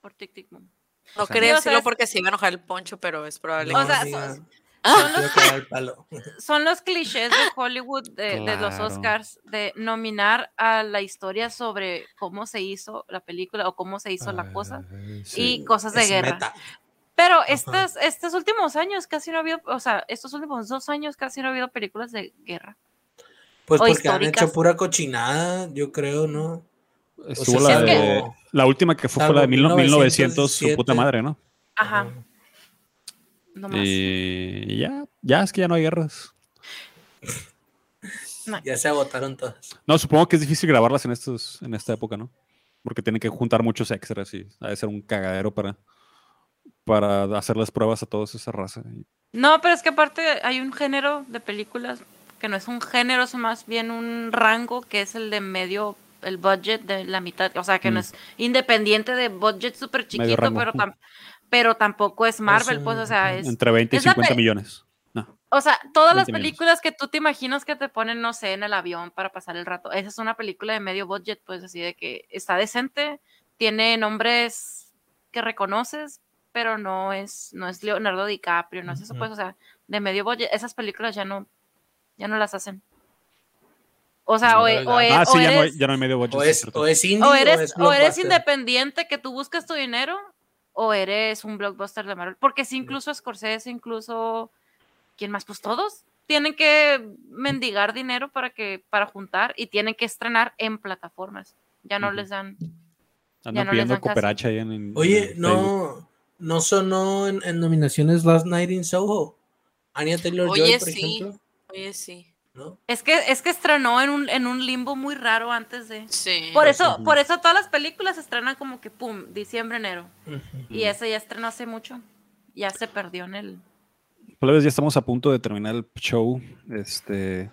Por Tic Tic Boom. No O sea, quería no. decirlo ¿Sabes? porque se iba a enojar el poncho, pero es probable. No, o sea, diga, son- no Ah. quiero cagar el palo. Son los clichés de Hollywood, de, de los Claro. Oscars, de nominar a la historia sobre cómo se hizo la película o cómo se hizo Ah, la cosa y cosas de Es guerra. meta. Pero estas, estos últimos años casi no ha habido, o sea, estos últimos dos años casi no ha habido películas de guerra. Pues O porque han históricas. hecho pura cochinada, yo creo, ¿no? O Estuvo la sea, pues, es que- de La última que fue, fue la de mil- 1900, su puta madre, ¿no? Ajá. No más. Y ya, ya es que ya no hay guerras. Ah, Ya se agotaron todas. No, supongo que es difícil grabarlas en, estos, en esta época, ¿no? Porque tienen que juntar muchos extras y ha de ser un cagadero para, para hacer las pruebas a todos esa raza. Y- No, pero es que aparte hay un género de películas que no es un género, es más bien un rango que es el de medio, el budget de la mitad, o sea, que no Mm. es independiente de budget súper chiquito, rango, pero, mm. tam- pero tampoco es Marvel, pues, o sea, es... Entre 20 y es la 50 pe- millones. No. O sea, todas las 20 millones. películas que tú te imaginas que te ponen, no sé, en el avión para pasar el rato, esa es una película de medio budget, pues, así de que está decente, tiene nombres que reconoces, pero no es, no es Leonardo DiCaprio, no es eso, Ujú. pues, o sea, de medio budget, esas películas ya no, ya no las hacen. O sea, o, e- o e- ah, o sí, ya no, hay, eres- ya no hay medio budget. O sí, es, cierto. o es indie o eres, o eres blockbuster. independiente que tú buscas tu dinero o eres un blockbuster de Marvel. Porque si incluso Scorsese, incluso quién más, pues todos tienen que mendigar dinero para que para juntar y tienen que estrenar en plataformas. Ya no les dan. Andan no les pidiendo dan casi. cooperacha ahí en, en- Oye, en Mm, Facebook. no, no sonó en, en nominaciones Last Night in Soho. Anya Taylor Joy, Oye, por sí. ejemplo. Oye, sí. Es que es que estrenó en un, en un limbo muy raro antes de. Sí. Por eso, Ujú. por eso todas las películas estrenan como que pum, diciembre, enero. Y Ujú. esa ya estrenó hace mucho. Ya se perdió en el. Plebes, ya estamos a punto de terminar el show. Este.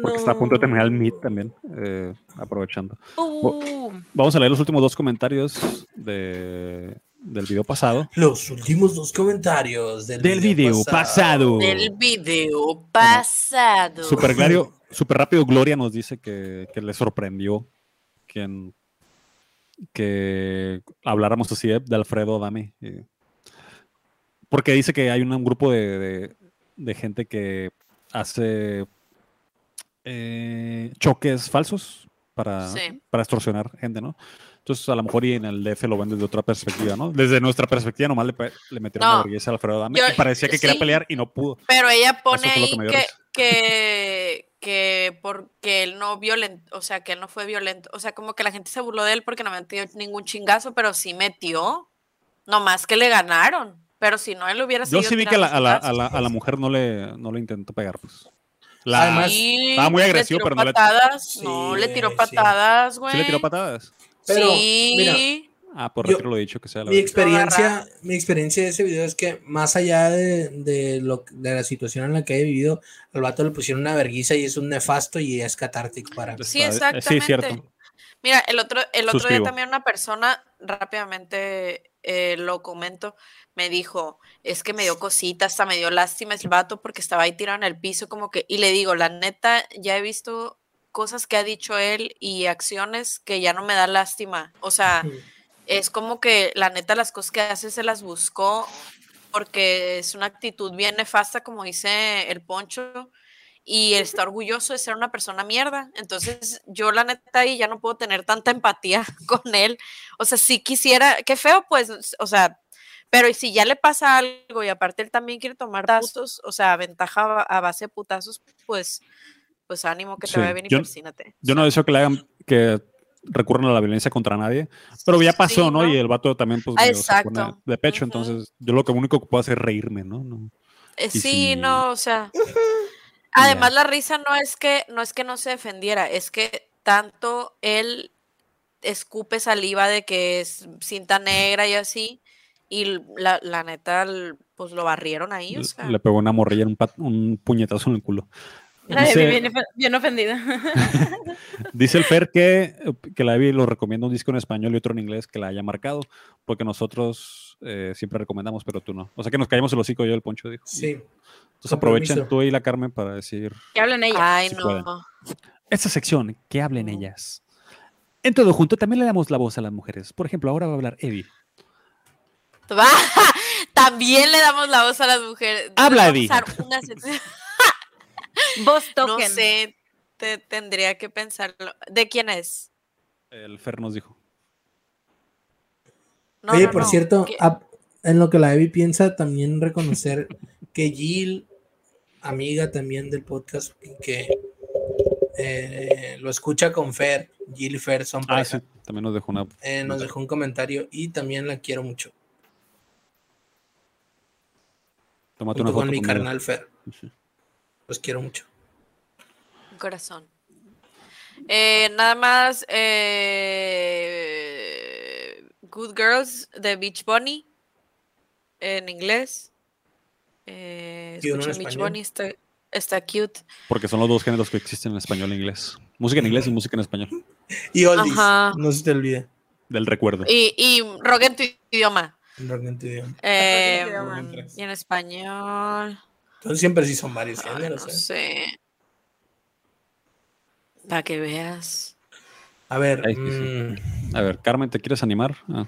Porque está a punto de terminar el meet también. eh, aprovechando. Vo- Uh. Vamos a leer los últimos dos comentarios de, del video pasado. Los últimos dos comentarios del, Del video pasado. Del video pasado. Super, [laughs] Glario- super rápido, Gloria nos dice que, que le sorprendió que, en- que habláramos así de, de Alfredo Adame. eh, Porque dice que hay un, un grupo de, de- de gente que hace eh, choques falsos para, Sí. para extorsionar gente, ¿no? Entonces, a lo mejor y en el DF lo ven desde otra perspectiva, ¿no? Desde nuestra perspectiva, nomás le, pe- le metieron No. la vergüenza a Alfredo Adame Yo- y parecía que quería sí. pelear y no pudo. Pero ella pone fue lo ahí que me dio que, risa. que, que porque él no violento, o sea, que él no fue violento. O sea, como que la gente se burló de él porque no metió ningún chingazo, pero sí metió. Nomás que le ganaron. Pero si no, él hubiera Yo sido. sí vi que a la, a la- a la- a la mujer no le, no le intentó pegar, pues. La- estaba muy agresivo, pero no le, patadas, No, le tiró patadas, güey. ¿sí le tiró patadas. Pero, sí. mira, Ah, por Yo- retiro lo dicho que sea la mi verdad. experiencia, mi experiencia de ese video es que más allá de, de lo, de la situación en la que he vivido, al vato le pusieron una verguiza y es un nefasto y es catártico para mí. Sí, Ah, eh, exactamente. Mira, el otro, el otro día Suscribo. también una persona, rápidamente eh, lo comento, me dijo, es que me dio cosita, hasta me dio lástima el vato porque estaba ahí tirado en el piso, como que, y le digo, la neta, ya he visto cosas que ha dicho él y acciones que ya no me da lástima. O sea, es como que la neta las cosas que hace se las buscó porque es una actitud bien nefasta, como dice el poncho, y él está orgulloso de ser una persona mierda. Entonces, yo la neta ahí ya no puedo tener tanta empatía [laughs] con él. O sea, si quisiera, qué feo, pues, o sea, pero y si ya le pasa algo y aparte él también quiere tomar putazos, o sea, ventaja a- a base de putazos, pues, pues ánimo que te Sí, vaya bien y yo- persínate. Yo no deseo que le hagan que recurran a la violencia contra nadie, pero ya pasó, ¿no? Y el vato también, pues, Ah, medio sacó una exacto. de pecho, entonces yo lo que único que puedo hacer es reírme, ¿no? No. Eh, Y sí, si- no, o sea. Además, la risa no es que no es que no se defendiera, es que tanto él escupe saliva de que es cinta negra y así, y l- la, la neta, l- pues lo barrieron ahí, o sea. Le pegó una morrilla, un, pat- un puñetazo en el culo. Dice- Bien, ofen- bien ofendida. Dice el Fer que, que la Evi lo recomienda un disco en español y otro en inglés que la haya marcado, porque nosotros eh, siempre recomendamos, pero tú no. O sea que nos callamos el hocico yo el Poncho dijo. Sí. Entonces aprovechen Compromiso. tú y la Carmen para decir Que hablen ellas. Ay, si no. [laughs] pueden. Esta sección, que hablen ellas. En todo junto también le damos la voz a las mujeres. Por ejemplo, ahora va a hablar Evi. Va, También le damos la voz a las mujeres. Les Habla, vamos Evi. a dar una sección. No toquen. sé, te- tendría que pensarlo. ¿De quién es? El Fer nos dijo. No, Oye, no, por no, cierto, que- a- en lo que la Evi piensa, también [laughs] reconocer que Jill, amiga también del podcast, que eh, lo escucha con Fer, Jill y Fer son Ah, pareja. sí, también nos dejó una. Eh, nos dejó un comentario y también la quiero mucho. Tómate una foto Junto con mi conmigo. carnal Fer. Los quiero mucho. Un corazón. Eh, nada más, eh, Good Girls de Beach Bunny en inglés. Eh, Y uno en escuchen Beach español. Bunny, está, está cute. Porque son los dos géneros que existen en español e inglés. Música en inglés y música en español. Y oldies, Ajá. no se te olvide. Del recuerdo. Y, y rock en tu idioma. Rock en tu idioma. Eh, idioma. y en español. Entonces siempre sí son varios géneros. Ah, No ¿eh? sé. Para que veas. A ver. mm. Ay, sí, sí. A ver, Carmen, ¿te quieres animar? Ah,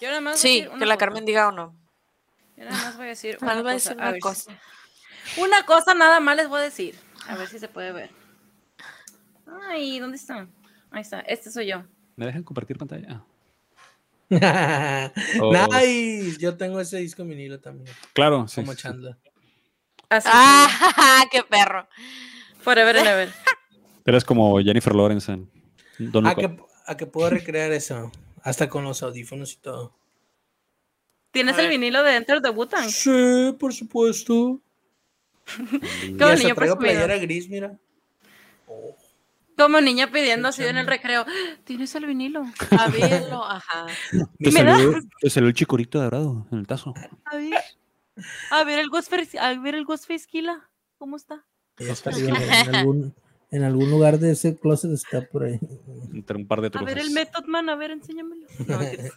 Yo nada más voy a Sí, decir una que la cosa. Carmen diga o no. Yo nada más voy a [laughs] decir Nada más una voy a cosa. a ver si- decir una cosa. [laughs] Una cosa nada más les voy a decir. A ver si se puede ver. Ay, ¿dónde están? Ahí está. Este soy yo. ¿Me dejan compartir pantalla? [laughs] Ah. Oh. nice. Yo tengo ese disco en vinilo también. Claro, sí, Como sí, sí. Chandler. Así ¡Ah! ¡Qué [laughs] perro! Forever and [laughs] ever. Eres como Jennifer Lawrence en Don't A Look Up. que, a que puedo recrear eso. Hasta con los audífonos y todo. ¿Tienes el vinilo de Enter the Ah. Wu-Tang? Sí, por supuesto. Qué Ya bonito, hasta yo traigo presumido. playera gris, mira. Como niña pidiendo así en el recreo, [gasps] "Ah, ¿tienes el vinilo? A verlo, ajá. Te ¿Me das? salió, te salió el chicorito dorado en el tazo. A ver, a ver el Ghostface, a ver el Ghostface Killa, ¿cómo está? Ya [laughs] está arriba, en, algún, en algún lugar de ese closet está por ahí. Entre un par de A pues ver el trozos. Method Man, a ver, enséñamelo. No, mentiras.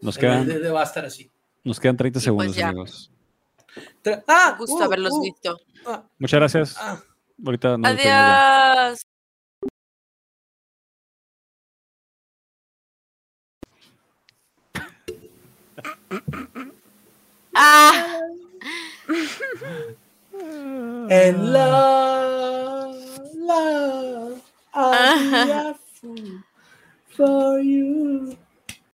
Nos quedan, va a estar así. nos quedan 30 segundos, ya. amigos. Tra- ¡Ah! Me Uh, gusta haberlos uh, visto. ah, Muchas gracias. ah. Ahorita nos despedimos ya. Adiós. Ah, En la la I'll be Ajá. a fool for you.